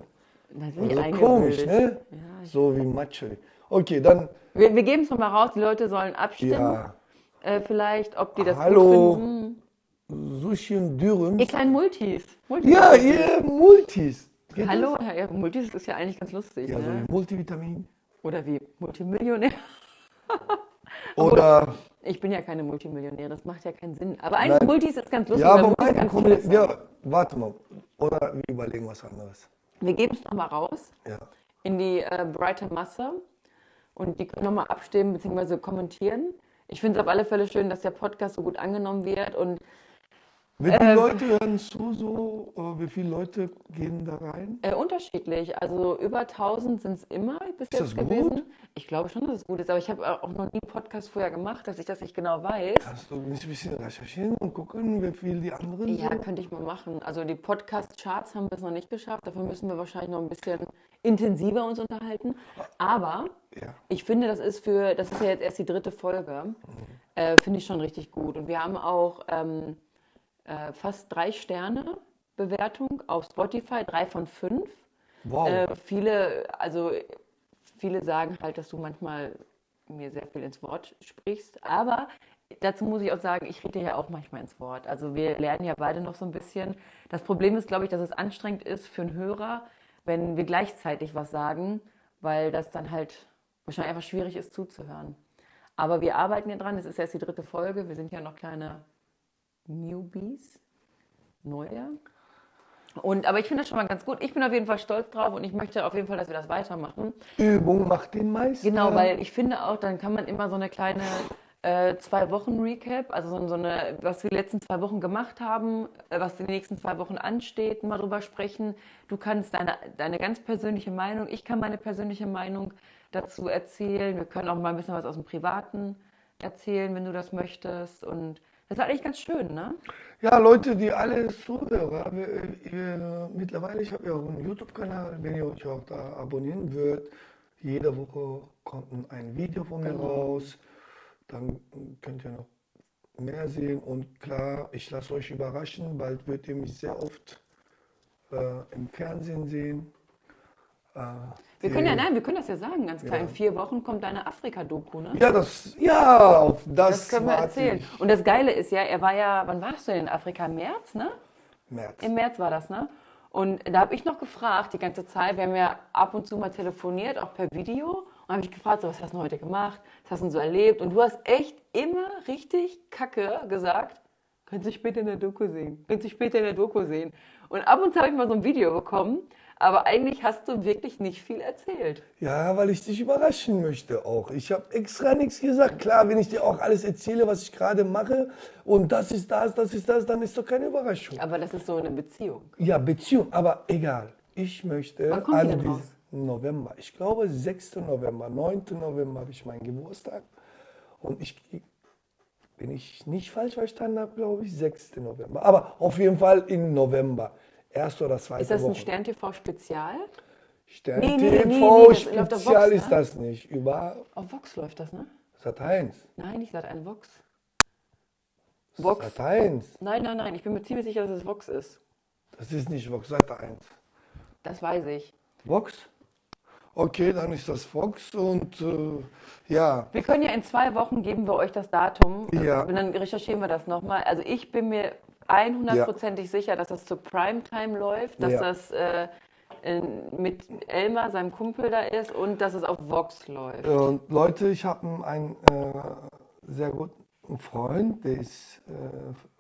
A: Das ist
B: Also
A: nicht
B: komisch, ne?
A: eingebildet. Ja, ich-
B: So wie Matsche. Okay, dann,
A: wir wir geben es nochmal raus, die Leute sollen abstimmen.
B: ja,
A: Äh, vielleicht, ob die das
B: Hallo.
A: gut finden.
B: Sushi und Dürüm.
A: Ihr kleinen Multis. Multis.
B: Ja, ihr Multis. Geht
A: Hallo,
B: das?
A: ja, ja, Multis ist ja eigentlich ganz lustig.
B: Ja, so
A: ne?
B: wie Multivitamin.
A: Oder wie Multimillionär.
B: Oder,
A: Ich bin ja keine Multimillionäre, das macht ja keinen Sinn. Aber eigentlich
B: Nein.
A: Multis ist ganz lustig.
B: ja,
A: weil
B: aber
A: Multis
B: meine
A: ganz viele
B: Community,
A: sind.
B: ja, warte mal. Oder wir überlegen was anderes.
A: Wir geben es nochmal raus
B: Ja.
A: in die äh, breite Masse und die können nochmal abstimmen bzw. kommentieren. Ich finde es auf alle Fälle schön, dass der Podcast so gut angenommen wird und
B: Wie viele
A: Ähm.
B: Leute hören zu, so, äh, wie viele Leute gehen da rein?
A: Äh, unterschiedlich. Also über 1000 sind es immer bis
B: Ist
A: jetzt
B: das gut?
A: gewesen. Ich glaube schon, dass es gut ist, aber ich habe auch noch nie einen Podcast vorher gemacht, dass ich das nicht genau weiß.
B: Kannst du nicht ein bisschen recherchieren und gucken, wie viel die anderen
A: Ja,
B: sind?
A: könnte ich mal machen. Also die Podcast-Charts haben wir es noch nicht geschafft. Dafür müssen wir wahrscheinlich noch ein bisschen intensiver uns unterhalten. Aber
B: Ja.
A: ich finde, das ist für, das ist ja jetzt erst die dritte Folge, äh, finde ich schon richtig gut. Und wir haben auch ähm, äh, fast drei Sterne Bewertung auf Spotify, drei von fünf.
B: Wow.
A: Äh, viele, also viele sagen halt, dass du manchmal mir sehr viel ins Wort sprichst, aber dazu muss ich auch sagen, ich rede ja auch manchmal ins Wort. Also wir lernen ja beide noch so ein bisschen. Das Problem ist, glaube ich, dass es anstrengend ist für einen Hörer, wenn wir gleichzeitig was sagen, weil das dann halt wahrscheinlich einfach schwierig ist zuzuhören. Aber wir arbeiten ja dran, es ist erst die dritte Folge, wir sind ja noch kleine Newbies, Neue. Und, aber ich finde das schon mal ganz gut. Ich bin auf jeden Fall stolz drauf und ich möchte auf jeden Fall, dass wir das weitermachen.
B: Übung macht den Meister.
A: Äh, Genau, weil ich finde auch, dann kann man immer so eine kleine äh, zwei Wochen Recap, also so, so eine, was wir die letzten zwei Wochen gemacht haben, äh, was in den nächsten zwei Wochen ansteht, mal drüber sprechen. Du kannst deine, deine ganz persönliche Meinung, ich kann meine persönliche Meinung dazu erzählen. Wir können auch mal ein bisschen was aus dem Privaten erzählen, wenn du das möchtest. Und Das ist eigentlich ganz schön, ne?
B: Ja, Leute, die alle Zuhörer, wir, wir, mittlerweile, ich habe ja auch einen YouTube-Kanal, wenn ihr euch auch da abonnieren würdet, jede Woche kommt ein Video von
A: Genau.
B: mir raus, dann könnt ihr noch mehr sehen und klar, ich lasse euch überraschen, bald wird ihr mich sehr oft äh, im Fernsehen sehen. Äh,
A: Wir
B: die-
A: können ja, nein, wir können das ja sagen, ganz klar.
B: Ja.
A: In vier Wochen kommt deine Afrika-Doku, ne?
B: Ja, das, ja, auf das,
A: Das können wir
B: warte
A: erzählen.
B: ich.
A: Und das Geile ist ja, er war ja, wann warst du denn in Afrika? Im März, ne?
B: März.
A: Im März war das, ne? Und da habe ich noch gefragt, die ganze Zeit, wir haben ja ab und zu mal telefoniert, auch per Video. Und habe ich gefragt, so, was hast du denn heute gemacht? Was hast du denn so erlebt? Und du hast echt immer richtig kacke gesagt, könnt ihr später in der Doku sehen. Könnt ihr später in der Doku sehen. Und ab und zu habe ich mal so ein Video bekommen, aber eigentlich hast du wirklich nicht viel erzählt.
B: Ja, weil ich dich überraschen möchte auch. Ich habe extra nichts gesagt. Klar, wenn ich dir auch alles erzähle, was ich gerade mache und das ist das, das ist das, dann ist doch keine Überraschung.
A: Aber das ist so eine Beziehung.
B: Ja, Beziehung, aber egal. Ich möchte
A: Wann kommt die denn
B: dies-
A: raus?
B: November, ich glaube 6. November, 9. November habe ich meinen Geburtstag und ich, wenn ich nicht falsch verstanden habe, glaube ich 6. November. Aber auf jeden Fall im November, erste oder zweite
A: Ist das
B: Woche.
A: ein Stern-TV-Spezial?
B: Stern
A: Nee,
B: TV
A: nee, nee, nee, das läuft auf
B: Spezial
A: Vox,
B: ist
A: ne?
B: das nicht. Über
A: Auf Vox läuft das, ne?
B: Sat 1.
A: Nein, ich sage ein Vox. Vox.
B: Sat 1.
A: Nein, nein, nein, ich bin mir ziemlich sicher, dass es Vox ist.
B: Das ist nicht Vox, Sat 1.
A: Das weiß ich.
B: Vox? Okay, dann ist das Vox und äh, ja,
A: Wir können ja in zwei Wochen geben wir euch das Datum.
B: Ja.
A: Und dann recherchieren wir das nochmal. Also ich bin mir 100%ig sicher, dass das zur Primetime läuft, dass
B: Ja.
A: das äh, in, mit Elmar, seinem Kumpel da ist und dass es auf Vox läuft.
B: Und Leute, ich habe einen äh, sehr guten Freund, der ist äh,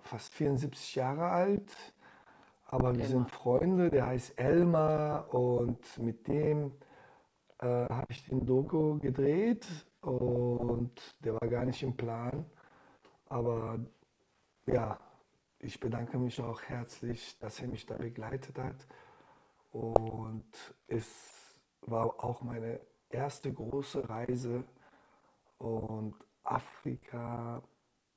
B: fast 74 Jahre alt, aber wir sind Freunde, der heißt Elmar und mit dem äh, habe ich den Doku gedreht und der war gar nicht im Plan, aber ja, ich bedanke mich auch herzlich, dass er mich da begleitet hat. Und es war auch meine erste große Reise. Und Afrika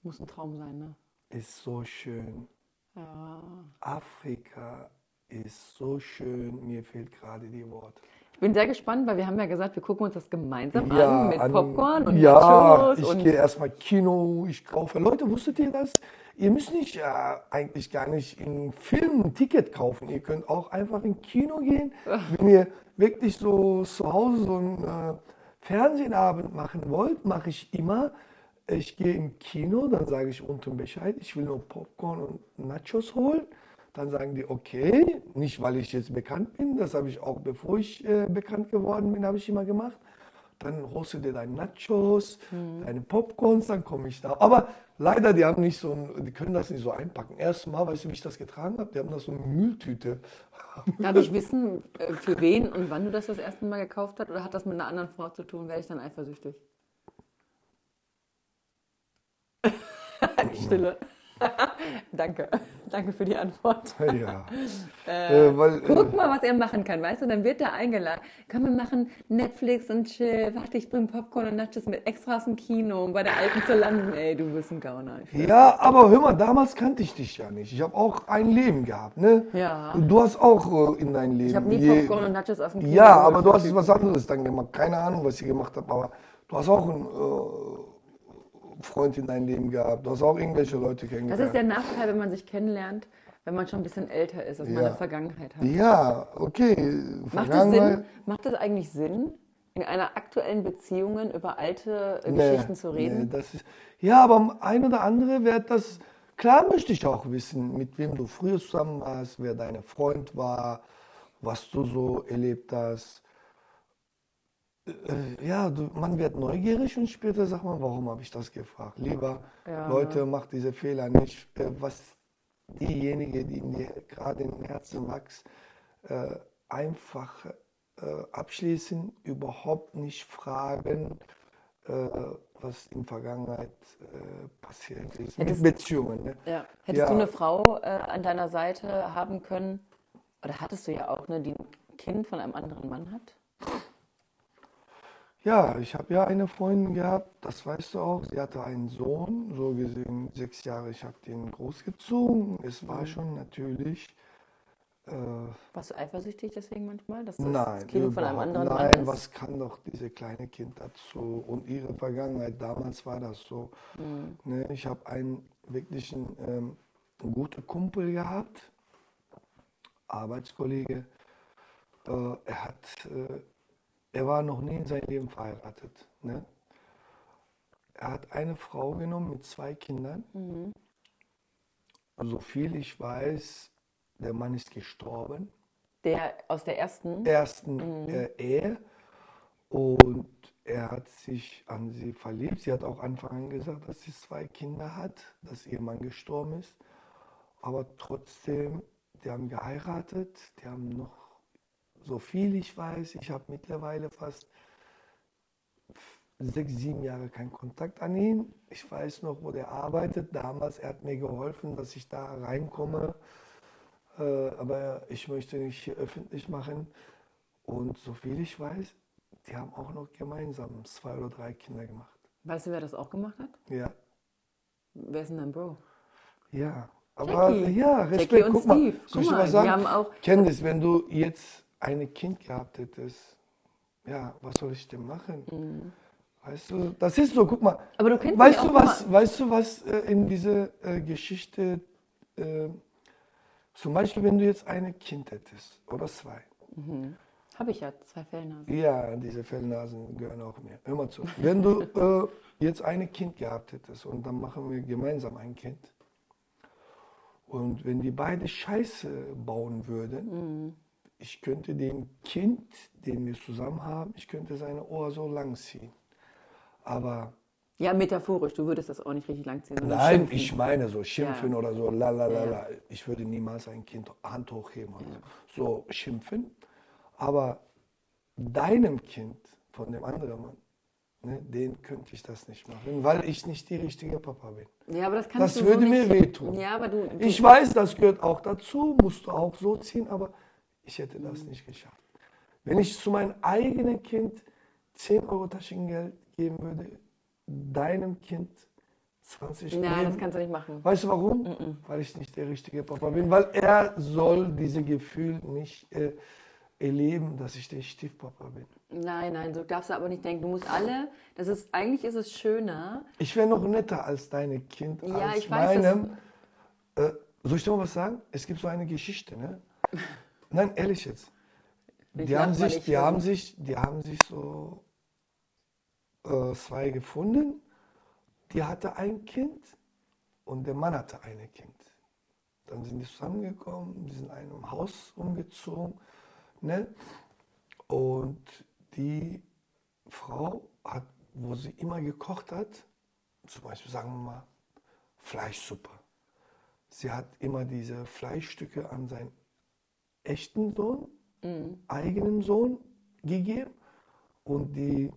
A: Muss ein Traum sein, ne?
B: ist so schön.
A: Ja.
B: Afrika ist so schön. Mir fehlt gerade die Worte.
A: Ich bin sehr gespannt, weil wir haben ja gesagt, wir gucken uns das gemeinsam an mit
B: an-
A: Popcorn und
B: ja,
A: Nachos
B: ich
A: und
B: gehe erstmal Kino, ich kaufe. Leute, wusstet ihr das? Ihr müsst nicht äh, eigentlich gar nicht in Filmen ein Ticket kaufen. Ihr könnt auch einfach in Kino gehen. Wenn ihr wirklich so zu Hause so einen äh, Fernsehabend machen wollt, mache ich immer. Ich gehe im Kino, dann sage ich unten Bescheid, ich will nur Popcorn und Nachos holen. Dann sagen die, okay, nicht weil ich jetzt bekannt bin, das habe ich auch bevor ich äh, bekannt geworden bin, habe ich immer gemacht. Dann holst du dir deine Nachos, deine Popcorns, dann komme ich da. Aber leider, die haben nicht so, ein, die können das nicht so einpacken. Erstmal, weißt du, wie ich das getragen habe? Die haben das so eine Mülltüte.
A: Darf ich wissen, äh, für wen und wann du das das erste Mal gekauft hast? Oder hat das mit einer anderen Frau zu tun? Wäre ich dann eifersüchtig? Halt Stille. Danke. Danke für die Antwort.
B: Ja. äh, weil, äh,
A: Guck mal, was er machen kann, weißt du? Dann wird er eingeladen. Kann man machen Netflix und chill. Warte, ich bring Popcorn und Nachos mit Extras im Kino, um bei der Alten zu landen. Ey, du bist ein Gauner.
B: Ja, aber hör mal, damals kannte ich dich ja nicht. Ich habe auch ein Leben gehabt, ne?
A: Ja.
B: Und Du hast auch äh, in dein Leben.
A: Ich habe nie
B: je-
A: Popcorn und Nachos auf dem Kino.
B: Ja, aber
A: gemacht.
B: du hast was anderes dann gemacht. Keine Ahnung, was ihr gemacht habt, aber du hast auch einen äh, Freund in dein Leben gehabt. Du hast auch irgendwelche
A: Das
B: Leute
A: ist
B: kennengelernt.
A: der Nachteil, wenn man sich kennenlernt, wenn man schon ein bisschen älter ist, dass man
B: Ja.
A: eine Vergangenheit hat.
B: ja, okay.
A: Macht es
B: Vergangenheit-
A: Sinn? Macht es eigentlich Sinn, in einer aktuellen Beziehung über alte äh,
B: Nee,
A: Geschichten zu
B: nee,
A: reden?
B: das ist, ja, aber ein oder andere wird das. Klar möchte ich auch wissen, mit wem du früher zusammen warst, wer dein Freund war, was du so erlebt hast. Äh, Ja, du, man wird neugierig und später sagt man, warum habe ich das gefragt? Lieber
A: Ja.
B: Leute, macht diese Fehler nicht. Äh, Was diejenige, die in dir gerade im Herzen wächst, äh, einfach äh, abschließen, überhaupt nicht fragen, äh, was in Vergangenheit äh, passiert ist.
A: Hättest-
B: Mit Beziehungen. Ne?
A: Ja. Hättest
B: Ja.
A: du eine Frau äh, an deiner Seite haben können, oder hattest du ja auch, ne, die ein Kind von einem anderen Mann hat?
B: Ja, ich habe ja eine Freundin gehabt, das weißt du auch. Sie hatte einen Sohn, so gesehen sechs Jahre. Ich habe den großgezogen. Es
A: Mhm.
B: war schon natürlich. Äh,
A: Warst du eifersüchtig deswegen manchmal, dass das
B: nein,
A: Kind von einem
B: überhaupt
A: anderen Mann
B: nein,
A: ist?
B: was kann doch diese kleine Kind dazu? Und ihre Vergangenheit, damals war das so.
A: Mhm.
B: Ne, ich habe einen wirklichen ähm, guten Kumpel gehabt, Arbeitskollege. Äh, er hat, äh, er war noch nie in seinem Leben verheiratet. Ne? Er hat eine Frau genommen mit zwei Kindern.
A: Mhm.
B: So viel ich weiß, der Mann ist gestorben
A: Der aus der ersten?
B: ersten äh, Ehe und er hat sich an sie verliebt. Sie hat auch Anfang an gesagt, dass sie zwei Kinder hat, dass ihr Mann gestorben ist. Aber trotzdem, die haben geheiratet, die haben noch, so viel ich weiß, ich habe mittlerweile fast sechs, sieben Jahre keinen Kontakt an ihn. Ich weiß noch, wo der arbeitet. Damals, er hat mir geholfen, dass ich da reinkomme. Äh, aber ich möchte nicht hier öffentlich machen. Und soviel ich weiß, die haben auch noch gemeinsam zwei oder drei Kinder gemacht.
A: Weißt du, wer das auch gemacht hat?
B: Ja,
A: Wer ist denn dein Bro?
B: ja. Aber
A: Jackie.
B: ja,
A: Jackie
B: Respekt.
A: und
B: Guck mal,
A: Steve.
B: soll
A: Guck
B: ich dir
A: mal,
B: was
A: die
B: sagen?
A: haben auch-
B: Candice, wenn du jetzt ein Kind gehabt hättest, ja, was soll ich denn machen? Weißt du, das ist so, guck mal.
A: Mhm. Aber du kennst
B: weißt
A: sie
B: du
A: auch
B: was, Weißt du, was äh, in diese äh, Geschichte, äh, zum Beispiel, wenn du jetzt ein Kind hättest oder zwei,
A: Habe ich ja, zwei Fellnasen.
B: Ja, diese Fellnasen gehören auch mir. Hör mal zu. Wenn du äh, jetzt ein Kind gehabt hättest und dann machen wir gemeinsam ein Kind. Und wenn die beide Scheiße bauen würden, ich könnte dem Kind, den wir zusammen haben, ich könnte seine Ohr so lang ziehen. Aber
A: Ja, metaphorisch, du würdest das auch nicht richtig langziehen. sondern
B: Nein,
A: schimpfen.
B: ich meine so schimpfen
A: Ja.
B: oder so, la la la
A: Ja.
B: la. Ich würde niemals ein Kind Hand hochheben oder so. so schimpfen. Aber deinem Kind von dem anderen Mann, ne, den könnte ich das nicht machen, weil ich nicht die richtige Papa bin.
A: Ja, aber das kannst
B: Das
A: du
B: würde
A: so
B: mir
A: nicht.
B: wehtun.
A: Ja, aber du, du
B: Ich weiß, das gehört auch dazu, musst du auch so ziehen, aber ich hätte das
A: Mhm.
B: nicht geschafft. Wenn ich zu meinem eigenen Kind 10 Euro Taschengeld geben würde, deinem Kind 20 Euro.
A: Nein, das kannst du nicht machen.
B: Weißt du warum? Weil ich nicht der richtige Papa bin. Weil er soll diese Gefühl nicht äh, erleben, dass ich der Stiefpapa bin.
A: Nein, nein, so darfst du aber nicht denken. Du musst alle, das ist, eigentlich ist es schöner.
B: Ich wäre noch netter als deine Kind,
A: Ja,
B: als
A: ich weiß, das-
B: meinem. Äh, soll ich dir mal was sagen? Es gibt so eine Geschichte, ne? Nein, ehrlich jetzt. Die
A: lach
B: haben,
A: mal
B: sich,
A: nicht,
B: die,
A: Jürgen.
B: haben sich, die haben sich so äh, zwei gefunden. Die hatte ein Kind und der Mann hatte ein Kind. Dann sind die zusammengekommen, die sind in einem Haus umgezogen. Ne? Und die Frau hat, wo sie immer gekocht hat, zum Beispiel sagen wir mal Fleischsuppe. Sie hat immer diese Fleischstücke an seinen echten Sohn, eigenen Sohn gegeben und die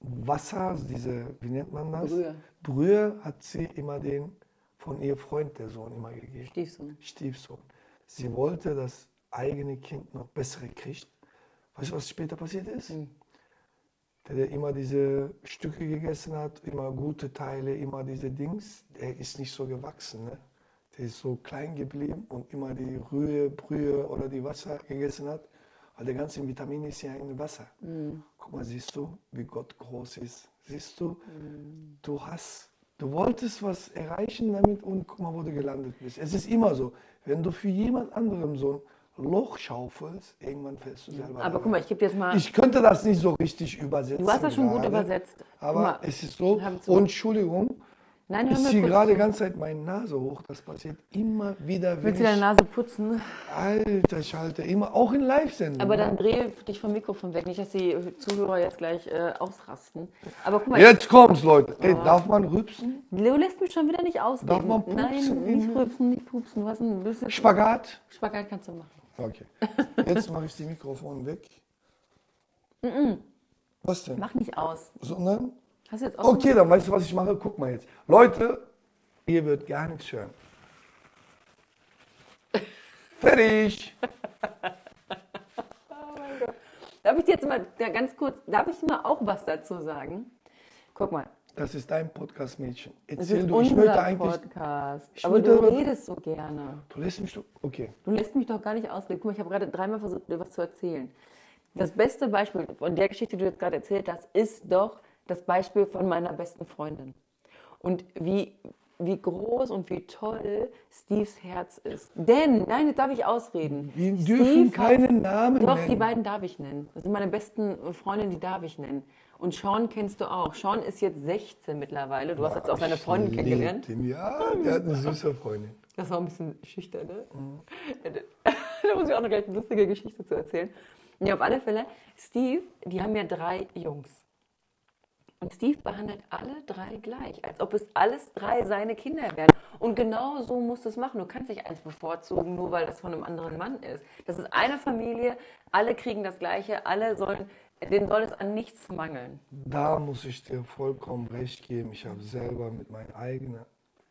B: Wasser, diese, wie nennt man das?
A: Brühe.
B: Brühe hat sie immer den von ihr Freund, der Sohn, immer gegeben.
A: Stiefsohn.
B: Stiefsohn. Sie wollte das eigene Kind noch bessere kriegt. Weißt du, was später passiert ist? Der, der immer diese Stücke gegessen hat, immer gute Teile, immer diese Dings, der ist nicht so gewachsen. Ne? Der ist so klein geblieben und immer die Rühe, Brühe oder die Wasser gegessen hat, weil der ganze Vitamin ist ja in Wasser.
A: Mhm.
B: Guck mal, siehst du, wie Gott groß ist. Siehst du,
A: Mhm.
B: du hast, du wolltest was erreichen damit und guck mal, wo du gelandet bist. Es ist immer so, wenn du für jemand anderem so ein Loch schaufelst, irgendwann fällst du selber.
A: Aber
B: rein.
A: guck mal, ich gebe dir jetzt mal.
B: Ich könnte das nicht so richtig übersetzen.
A: Ah. Du hast das schon gut
B: gerade,
A: übersetzt. Guck
B: Aber
A: mal,
B: es ist so.
A: hör zu.
B: Und Entschuldigung,
A: nein, hör
B: ich
A: mir
B: ziehe
A: kurz
B: gerade
A: zu.
B: die ganze Zeit meine Nase hoch. Das passiert immer wieder. wenn
A: Willst du deine
B: ich-
A: Nase putzen?
B: Alter Schalter, immer, auch in Live-Sendungen. ne?
A: Aber dann drehe dich vom Mikrofon weg, nicht, dass die Zuhörer jetzt gleich äh, ausrasten. Aber guck mal, Oh.
B: Jetzt kommt's, Leute. Ey, darf man rübsen?
A: du lässt mich schon wieder nicht ausreden.
B: Darf man pupsen
A: Nein,
B: in-
A: nicht rübsen, nicht pupsen. Du hast ein bisschen
B: Spagat?
A: Spagat kannst du machen.
B: Okay. Jetzt mache ich die Mikrofon weg. Was denn?
A: Mach nicht aus.
B: Sondern?
A: Hast du jetzt auch
B: Okay, dann weißt du, was ich mache? Guck mal jetzt. Leute, ihr wird gar nichts hören. Fertig!
A: Darf ich dir jetzt mal da ganz kurz, darf ich mal auch was dazu sagen? Guck mal,
B: Das ist dein Podcast, Mädchen.
A: das
B: Erzähl
A: ist
B: du, ich möchte
A: unser
B: eigentlich.
A: Podcast.
B: ich
A: Aber
B: möchte
A: du
B: aber-
A: redest so gerne.
B: Du lässt mich. doch- Okay.
A: Du lässt mich doch gar nicht ausreden. Guck mal, ich habe gerade dreimal versucht, dir was zu erzählen. Das beste Beispiel von der Geschichte, die du jetzt gerade erzählt hast, ist doch das Beispiel von meiner besten Freundin. Und wie, wie groß und wie toll Steves Herz ist. Denn, nein, jetzt darf ich ausreden.
B: Wir dürfen
A: Steve hat-
B: keinen Namen
A: Doch, die
B: nennen.
A: beiden darf ich nennen. Das sind meine besten Freundinnen, die darf ich nennen. Und Sean kennst du auch. Sean ist jetzt 16 mittlerweile. Du hast jetzt auch seine Freundin
B: Ich
A: kennengelernt.
B: lieb den. Ja, der hat eine süße Freundin.
A: Das war ein bisschen schüchtern, ne? da muss ich auch noch gleich eine lustige Geschichte zu erzählen. Ja, auf alle Fälle, Steve, die haben ja drei Jungs. Und Steve behandelt alle drei gleich, als ob es alles drei seine Kinder wären. Und genau so musst du es machen. Du kannst nicht eins bevorzugen, nur weil das von einem anderen Mann ist. Das ist eine Familie, alle kriegen das Gleiche, alle sollen, denen soll es an nichts mangeln.
B: Da muss ich dir vollkommen recht geben. Ich habe selber mit meinen eigenen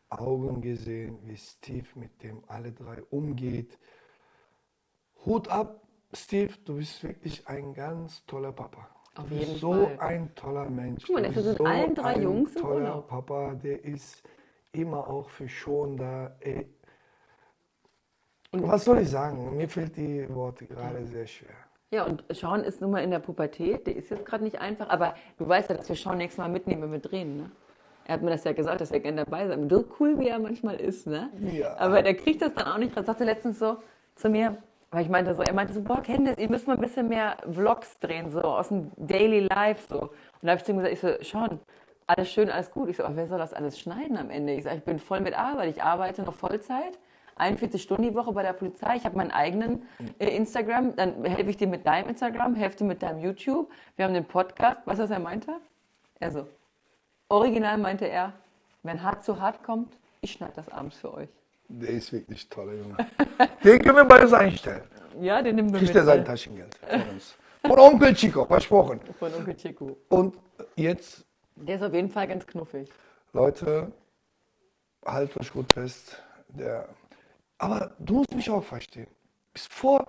B: Augen gesehen, wie Steve mit dem alle drei umgeht. Hut ab, Steve, du bist wirklich ein ganz toller Papa.
A: Auf
B: du bist
A: jeden
B: so
A: Fall.
B: ein toller Mensch.
A: Guck mal,
B: Du
A: das
B: bist
A: sind allen drei
B: ein
A: Jungs im
B: toller
A: Urlaub.
B: Papa, der ist immer auch für schon da. Ey. Was soll ich sagen? Mir fällt die Worte gerade sehr schwer.
A: Ja, und Sean ist nun mal in der Pubertät, der ist jetzt gerade nicht einfach, aber du weißt ja, dass wir Sean nächstes Mal mitnehmen, wenn wir drehen, ne? Er hat mir das ja gesagt, dass er gerne dabei sein will. So cool, wie er manchmal ist, ne?
B: Ja.
A: Aber der kriegt das dann auch nicht raus. Sagte letztens so zu mir, weil ich meinte so, er meinte so, boah, Candice, ihr müsst mal ein bisschen mehr Vlogs drehen, so aus dem Daily Life, so. Und da habe ich zu ihm gesagt, ich so, Sean, alles schön, alles gut. Ich so, aber wer soll das alles schneiden am Ende? Ich sage, ich bin voll mit Arbeit, ich arbeite noch Vollzeit. 41 Stunden die Woche bei der Polizei. Ich habe meinen eigenen äh, Instagram. Dann helfe ich dir mit deinem Instagram, helfe dir mit deinem YouTube. Wir haben den Podcast. Weißt du, was er meinte? Er so, original meinte er, wenn hart zu hart kommt, ich schneide das abends für euch.
B: Der ist wirklich toller Junge. Den können wir bei uns einstellen.
A: Ja, den nehmen wir
B: Kriegt
A: mit.
B: er sein Taschengeld von uns. Von Onkel Chico, versprochen.
A: Von Onkel Chico.
B: Und jetzt,
A: Der ist auf jeden Fall ganz knuffig.
B: Leute, haltet euch gut fest. Der, aber du musst mich auch verstehen. Bis vor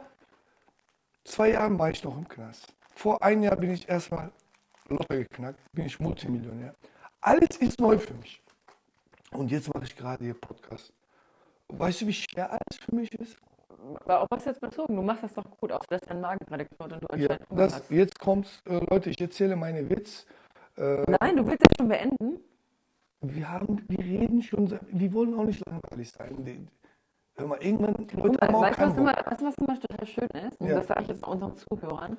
B: zwei Jahren war ich noch im Knast. Vor einem Jahr bin ich erstmal locker geknackt, bin ich Multimillionär. Alles ist neu für mich. Und jetzt mache ich gerade hier Podcast. Weißt du, wie schwer alles für mich ist?
A: Aber auf was jetzt bezogen? Du machst das doch gut, auch dass dein Magen gerade knurrt und du
B: Ja,
A: anscheinend Hunger
B: das,
A: hast.
B: jetzt kommt's, äh, Leute, ich erzähle meine Witz.
A: Nein, du willst das schon beenden?
B: Wir haben, wir reden schon, seit- wir wollen auch nicht langweilig sein. Die- Hör mal, irgendwann
A: Guck
B: wird
A: mal,
B: einem auch
A: Weißt du,
B: kein
A: was immer,
B: Bock.
A: weißt, du, was immer total schön ist? Und
B: Ja.
A: das sage ich jetzt auch unseren Zuhörern.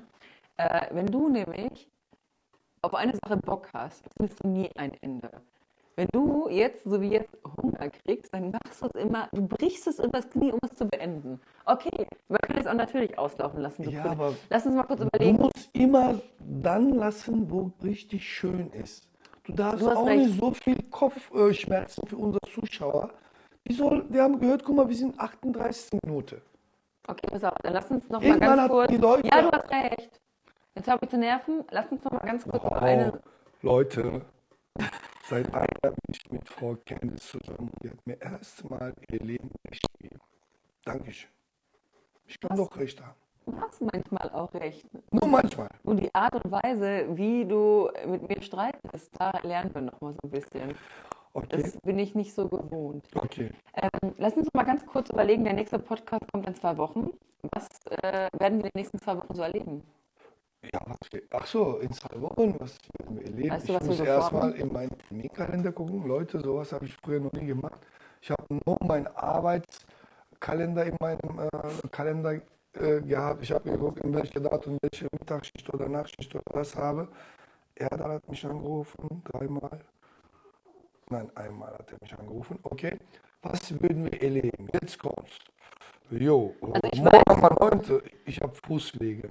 A: Äh, wenn du nämlich auf eine Sache Bock hast, findest du nie ein Ende. Wenn du jetzt, so wie jetzt, Hunger kriegst, dann machst du es immer, du brichst es übers Knie, um es zu beenden. Okay, man kann es auch natürlich auslaufen lassen. so
B: Ja,
A: cool.
B: aber
A: Lass uns mal kurz
B: Du
A: überlegen.
B: musst immer dann lassen, wo richtig schön ist. Du darfst
A: Du hast
B: auch
A: recht.
B: nicht so viel Kopfschmerzen für unsere Zuschauer. Die, soll, die haben gehört, guck mal, wir sind 38 Minuten.
A: Okay, pass auf, dann lass uns noch mal
B: Irgendwann
A: ganz
B: hat
A: kurz.
B: die Leute-
A: Ja, du hast recht. Jetzt habe ich zu nerven. Lass uns noch mal ganz kurz über eine.
B: Leute, seit einem Jahr bin ich mit Frau Candice zusammen. Die hat mir erstmal ihr Leben recht gegeben. Dankeschön. Ich kann doch recht haben.
A: Du hast manchmal auch recht.
B: Nur manchmal.
A: Und die Art und Weise, wie du mit mir streitest, da lernen wir noch mal so ein bisschen.
B: Okay.
A: Das bin ich nicht so gewohnt.
B: Okay.
A: Ähm, lass uns mal ganz kurz überlegen, der nächste Podcast kommt in zwei Wochen. Was äh, werden wir in den nächsten zwei Wochen so erleben?
B: Ja, was wir, ach so, in zwei Wochen, was werden wir erleben?
A: Weißt du,
B: ich
A: was wir
B: muss
A: so
B: erstmal
A: vorhaben?
B: in meinen Terminkalender gucken. Leute, sowas habe ich früher noch nie gemacht. Ich habe nur meinen Arbeitskalender in meinem äh, Kalender äh, gehabt. Ich habe geguckt, in welcher Datum, welche Mittagsschicht oder Nachtschicht oder was habe. Er hat mich angerufen, dreimal. Nein, einmal hat er mich angerufen. Okay, was würden wir erleben? Jetzt kommt's. Jo,
A: Also ich
B: morgen haben wir Leute. Ich habe Fußpflege.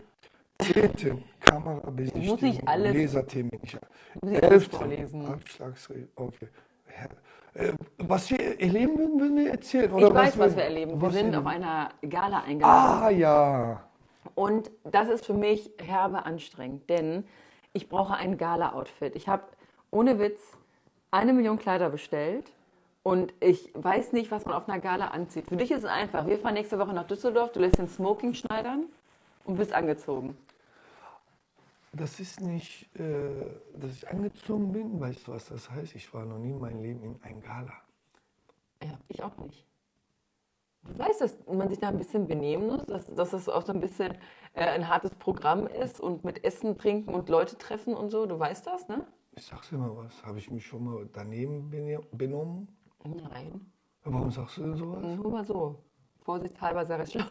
B: Zehnten, Kamerabesichtigung,
A: Muss ich alles-
B: Leserthemen. Ich,
A: Muss ich alles
B: Elften,
A: vorlesen?
B: Abschlagsrede. Okay. Ja. Äh, Was wir erleben würden, würden wir erzählen. Oder
A: ich weiß, was
B: würden-
A: wir erleben. Wir
B: was
A: sind auf
B: erleben?
A: einer Gala eingeladen.
B: Ah ja.
A: Und das ist für mich herbe anstrengend, denn ich brauche ein Gala-Outfit. Ich habe ohne Witz eine Million Kleider bestellt und ich weiß nicht, was man auf einer Gala anzieht. Für dich ist es einfach. Wir fahren nächste Woche nach Düsseldorf, du lässt den Smoking schneidern und bist angezogen.
B: Das ist nicht, äh, dass ich angezogen bin, weißt du, was das heißt? Ich war noch nie in meinem Leben in einem Gala.
A: Ja, ich auch nicht. Du weißt, dass man sich da ein bisschen benehmen muss, dass, dass das auch so ein bisschen äh, ein hartes Programm ist und mit Essen, Trinken und Leute treffen und so. Du weißt das, ne?
B: Ich sag's dir mal was, habe ich mich schon mal daneben bene- benommen?
A: Nein.
B: Warum sagst du denn sowas?
A: Nur mal so. Vorsichtshalber sage ich schon.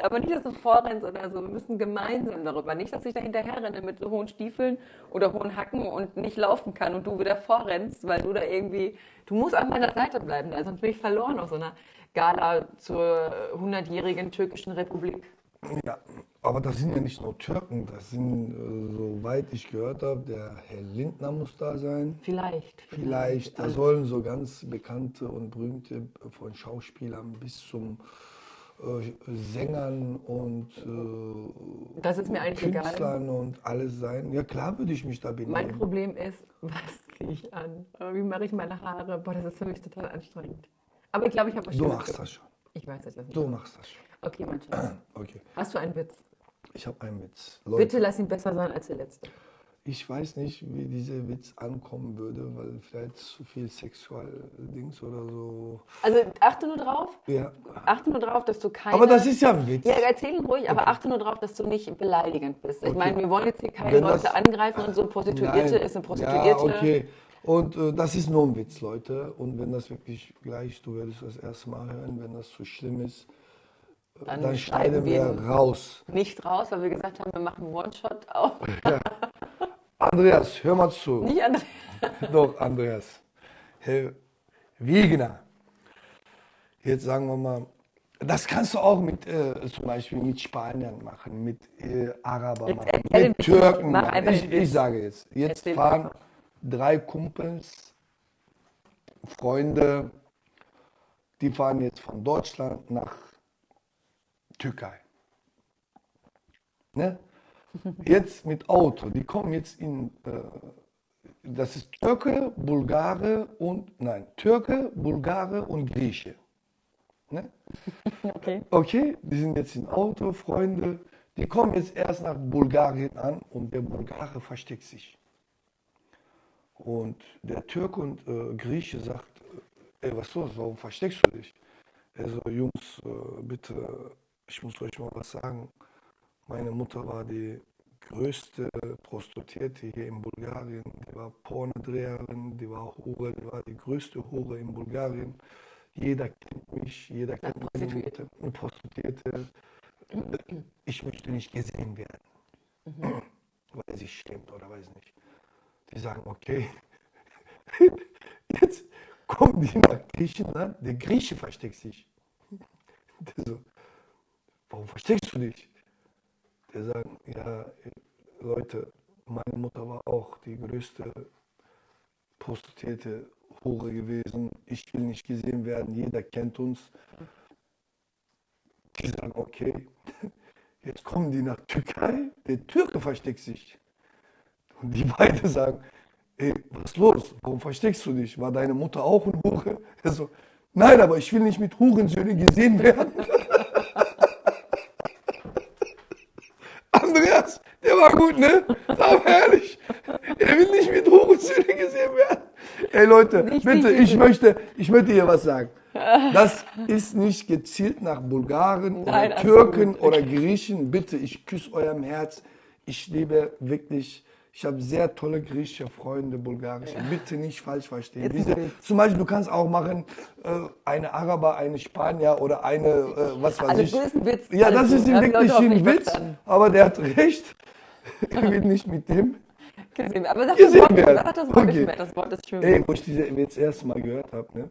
A: Aber nicht, dass du vorrennst oder so. Wir müssen gemeinsam darüber. Nicht, dass ich da hinterherrenne mit so hohen Stiefeln oder hohen Hacken und nicht laufen kann und du wieder vorrennst, weil du da irgendwie. Du musst an meiner Seite bleiben. Also sonst bin ich verloren auf so einer Gala zur 100-jährigen türkischen Republik.
B: Ja, aber das sind ja nicht nur Türken, das sind, äh, soweit ich gehört habe, der Herr Lindner muss da sein.
A: Vielleicht.
B: Vielleicht, also da sollen so ganz bekannte und berühmte äh, von Schauspielern bis zum äh, Sängern und äh,
A: Das ist mir eigentlich egal.
B: Künstlern und alles sein. Ja klar würde ich mich da
A: Mein
B: benehmen.
A: Problem ist, was ziehe ich an? Wie mache ich meine Haare? Boah, das ist für mich total anstrengend. Aber ich glaube, ich habe was
B: Du
A: Schönes
B: machst das schon.
A: Ich weiß es nicht.
B: Du machst das schon.
A: Okay, mein Schatz.
B: Okay,
A: Hast du einen Witz?
B: ich habe einen Witz.
A: Bitte lass ihn besser sein als der letzte.
B: Ich weiß nicht, wie dieser Witz ankommen würde, weil vielleicht zu viel Sexual-Dings oder so.
A: Also achte nur drauf,
B: Ja.
A: achte nur drauf, dass du keine.
B: Aber das ist ja ein Witz.
A: ja, erzähl ihn ruhig, aber achte nur drauf, dass du nicht beleidigend bist. Ich
B: Okay.
A: meine, wir wollen jetzt hier keine
B: Wenn das-
A: Leute angreifen und so. Prostituierte
B: Nein.
A: ist eine Prostituierte.
B: Ja, okay. Und äh, das ist nur ein Witz, Leute. Und wenn das wirklich gleich, du würdest das erste Mal hören, wenn das zu schlimm ist, äh,
A: Dann
B: dann, schneiden wir
A: schneiden wir ihn.
B: raus.
A: Nicht raus, weil wir gesagt haben, wir machen einen One-Shot auch.
B: Andreas, hör mal zu.
A: Nicht an.
B: Doch, Andreas. Herr Wiegener. Jetzt sagen wir mal, das kannst du auch mit äh, zum Beispiel mit Spaniern machen, mit äh, Arabern machen,
A: erzähl den
B: mit
A: Witz
B: Türken
A: nicht. Mach
B: machen.
A: einfach
B: Ich,
A: den
B: ich sage jetzt, jetzt
A: Erzähl
B: fahren drei Kumpels, Freunde, die fahren jetzt von Deutschland nach Türkei. Ne? Jetzt mit Auto, die kommen jetzt in, äh, das ist Türke, Bulgare und, nein, Türke, Bulgare und Grieche. Ne?
A: Okay.
B: Okay, die sind jetzt im Auto, Freunde, die kommen jetzt erst nach Bulgarien an und der Bulgare versteckt sich. Und der Türke und äh, Grieche sagt, äh, ey, was ist los, warum versteckst du dich? Er so, Jungs, äh, bitte, ich muss euch mal was sagen. Meine Mutter war die größte Prostituierte hier in Bulgarien. Die war Pornodreherin, die war Hure, die war die größte Hure in Bulgarien. Jeder kennt mich, jeder kennt meine Mutter.
A: Prostituierte.
B: Eine Prostituierte. Ich möchte nicht gesehen werden, weil sie schämt oder weiß nicht. Die sagen, okay, jetzt kommen die nach Griechenland, der Grieche versteckt sich. Der so, warum versteckst du dich? Der sagt, ja, Leute, meine Mutter war auch die größte Prostituierte, Hure gewesen. Ich will nicht gesehen werden, jeder kennt uns. Die sagen, okay, jetzt kommen die nach Türkei, der Türke versteckt sich. Und die beiden sagen, ey, was ist los? Warum versteckst du dich? War deine Mutter auch ein Hure? Er so, nein, aber ich will nicht mit Hurensöhne gesehen werden. Andreas, der war gut, ne? Sag mal ehrlich. Er will nicht mit Hurensöhne gesehen werden. Ey Leute,
A: Nicht
B: bitte,
A: richtig.
B: ich möchte, ich möchte hier was sagen. Das ist nicht gezielt nach
A: Nein,
B: Bulgaren oder
A: absolut.
B: Türken oder Griechen. Bitte, ich küsse eurem Herz. Ich liebe wirklich, ich habe sehr tolle griechische Freunde, bulgarische. Bitte nicht falsch verstehen.
A: Ist
B: Diese,
A: nicht.
B: zum Beispiel, du kannst auch machen, äh, eine Araber, eine Spanier oder eine, äh, was weiß
A: Alles
B: ich.
A: gut, Also, ist ein Witz.
B: Ja,
A: Alles
B: das
A: gut.
B: ist im
A: Haben die Leute
B: wirklich
A: auch
B: ein
A: nicht
B: Witz,
A: verstanden.
B: aber der hat recht. Ich will nicht mit dem.
A: Gesehen. Aber sag das
B: Gesehen
A: Wort,
B: werden.
A: sag das Wort nicht
B: Okay.
A: mehr. Das Wort ist schön.
B: Ey, wo ich diese Witz das erste Mal gehört habe, ne?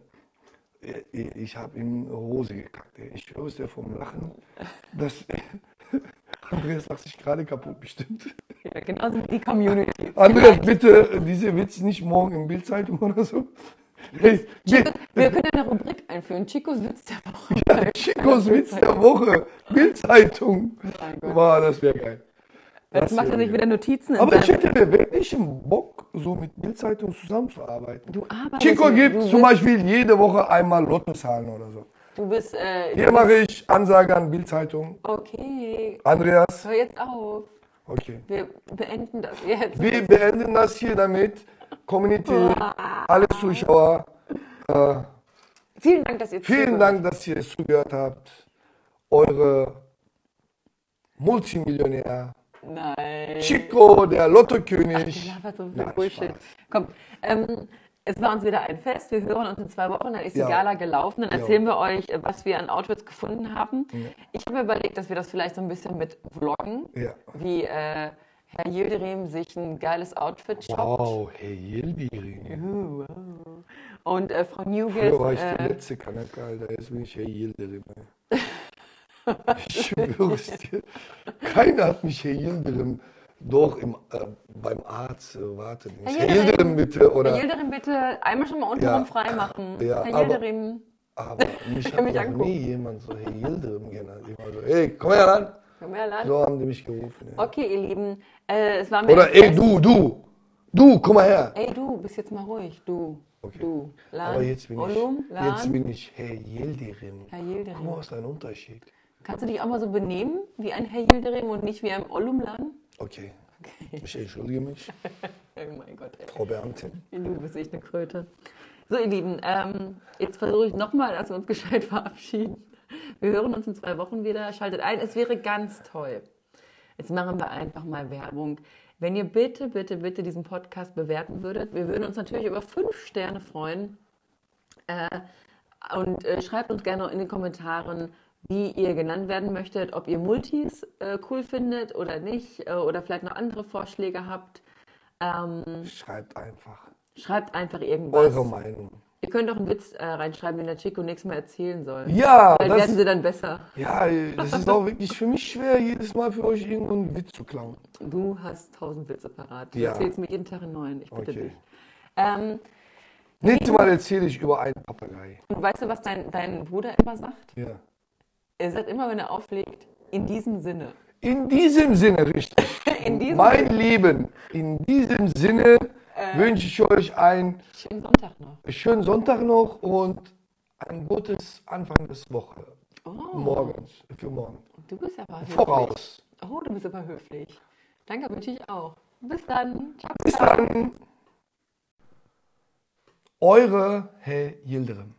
B: Ich, ich habe in Hose gekackt, ey. Ich schwöre es dir vom Lachen. Das, Andreas lacht sich gerade kaputt, bestimmt.
A: Ja, genauso wie die Community.
B: Andreas, bitte äh, diese Witz nicht morgen in Bildzeitung oder so. Hey,
A: Chico,
B: Bi-
A: wir können eine Rubrik einführen. Chicos Witz der Woche.
B: Chicos Witz der Woche, Bildzeitung.
A: Mein Gott.
B: Wow, das wäre geil.
A: Jetzt macht er
B: wär
A: sich wieder
B: geil.
A: Notizen in
B: Aber ich
A: seinem...
B: hätte mir wirklich einen Bock, so mit Bildzeitung zusammenzuarbeiten.
A: Du arbeitest
B: Chico
A: mit-
B: gibt
A: du
B: zum
A: bist-
B: Beispiel jede Woche einmal Lottozahlen oder so.
A: Du bist... Äh,
B: Hier mache ich Ansage an Bildzeitung.
A: okay,
B: Andreas,
A: hör jetzt auf.
B: Okay.
A: Wir beenden das jetzt.
B: Wir beenden das hier damit. Community, alle Zuschauer, äh,
A: Vielen Dank, dass ihr
B: vielen
A: zugehört
B: Dank, dass ihr es zugehört habt. Eure Multimillionär,
A: habt. Nein.
B: Chico, der
A: Ich
B: Lottokönig.
A: laber so viel
B: Nein,
A: Bullshit.
B: Spaß.
A: Komm, ähm, es war uns wieder ein Fest. Wir hören uns in zwei Wochen. Dann ist die
B: Ja.
A: Gala gelaufen. Dann
B: Ja.
A: erzählen wir euch, äh, was wir an Outfits gefunden haben. Ich habe mir überlegt, dass wir das vielleicht so ein bisschen mit vloggen.
B: Ja.
A: Wie äh, Herr Yildirim sich ein geiles Outfit shoppt.
B: Wow, hey Yildirim.
A: Und äh, Frau
B: Früher war
A: Newgis,
B: ich der
A: äh,
B: letzte Kanaka, Alter. Jetzt bin ich Hey Yildirim. ey. Ich schwör's dir. Keiner hat mich Hey Yildirim. Doch, im, äh, beim Arzt äh, warten. Herr
A: Yildirim.
B: Yildirim bitte. Oder,
A: Herr Yildirim, bitte einmal schon mal untenrum
B: Ja.
A: frei machen.
B: Ja,
A: Herr
B: aber-
A: Yildirim,
B: Aber mich
A: kann
B: hat
A: mich
B: noch
A: angucken.
B: nie jemand so Hey Yildirim genannt. Immer so, hey, komm her ran.
A: komm her, Lan.
B: So haben die mich gerufen. Ja.
A: Okay, ihr Lieben, äh, es war mir
B: Oder
A: ein
B: ey,
A: Fest.
B: du, du. Du, komm mal her.
A: Ey, du, bist jetzt mal ruhig. Du,
B: Okay.
A: du, Lan,
B: Aber jetzt bin
A: Olum,
B: ich,
A: Lan.
B: jetzt bin ich Herr Yildirim.
A: Herr Yildirim.
B: Guck mal, was ist ein Unterschied?
A: Kannst du dich auch mal so benehmen wie ein Herr Yildirim und nicht wie ein Olumlan?
B: Okay. Ich entschuldige mich,
A: Oh mein Gott, ey.
B: Frau Beamtin.
A: Du bist echt eine Kröte. So, ihr Lieben, ähm, jetzt versuche ich nochmal, dass wir uns gescheit verabschieden. Wir hören uns in zwei Wochen wieder. Schaltet ein, es wäre ganz toll. Jetzt machen wir einfach mal Werbung. Wenn ihr bitte, bitte, bitte diesen Podcast bewerten würdet, wir würden uns natürlich über fünf Sterne freuen. Äh, und äh, schreibt uns gerne in den Kommentaren, wie ihr genannt werden möchtet, ob ihr Multis äh, cool findet oder nicht, äh, oder vielleicht noch andere Vorschläge habt. Ähm,
B: Schreibt einfach
A: Schreibt einfach irgendwas.
B: eure Meinung.
A: Ihr könnt auch einen Witz äh, reinschreiben, den der Chico nächstes Mal erzählen soll.
B: Ja,
A: Vielleicht werden
B: das,
A: sie dann besser.
B: ja, das ist auch wirklich für mich schwer, jedes Mal für euch irgendeinen Witz zu klauen.
A: Du hast tausend Witze parat. Du
B: Ja.
A: erzählst mir jeden Tag einen neuen. Ich bitte
B: Okay.
A: dich. Ähm,
B: Nächstes Mal erzähle ich über einen Papagei.
A: und weißt du, was dein, dein Bruder immer sagt?
B: Ja.
A: Er sagt immer, wenn er auflegt, in diesem Sinne.
B: In diesem Sinne, richtig.
A: In diesem
B: Mein Lieben, in diesem Sinne
A: Äh.
B: wünsche ich euch einen
A: Schönen Sonntag noch.
B: schönen Sonntag noch und ein gutes Anfang des Woche. Morgens, für morgen.
A: Oh, Du bist aber höflich.
B: Voraus.
A: Oh, du bist aber höflich. Danke, wünsche ich auch. Bis dann. Ciao.
B: Bis dann. Eure Herr Yildirim.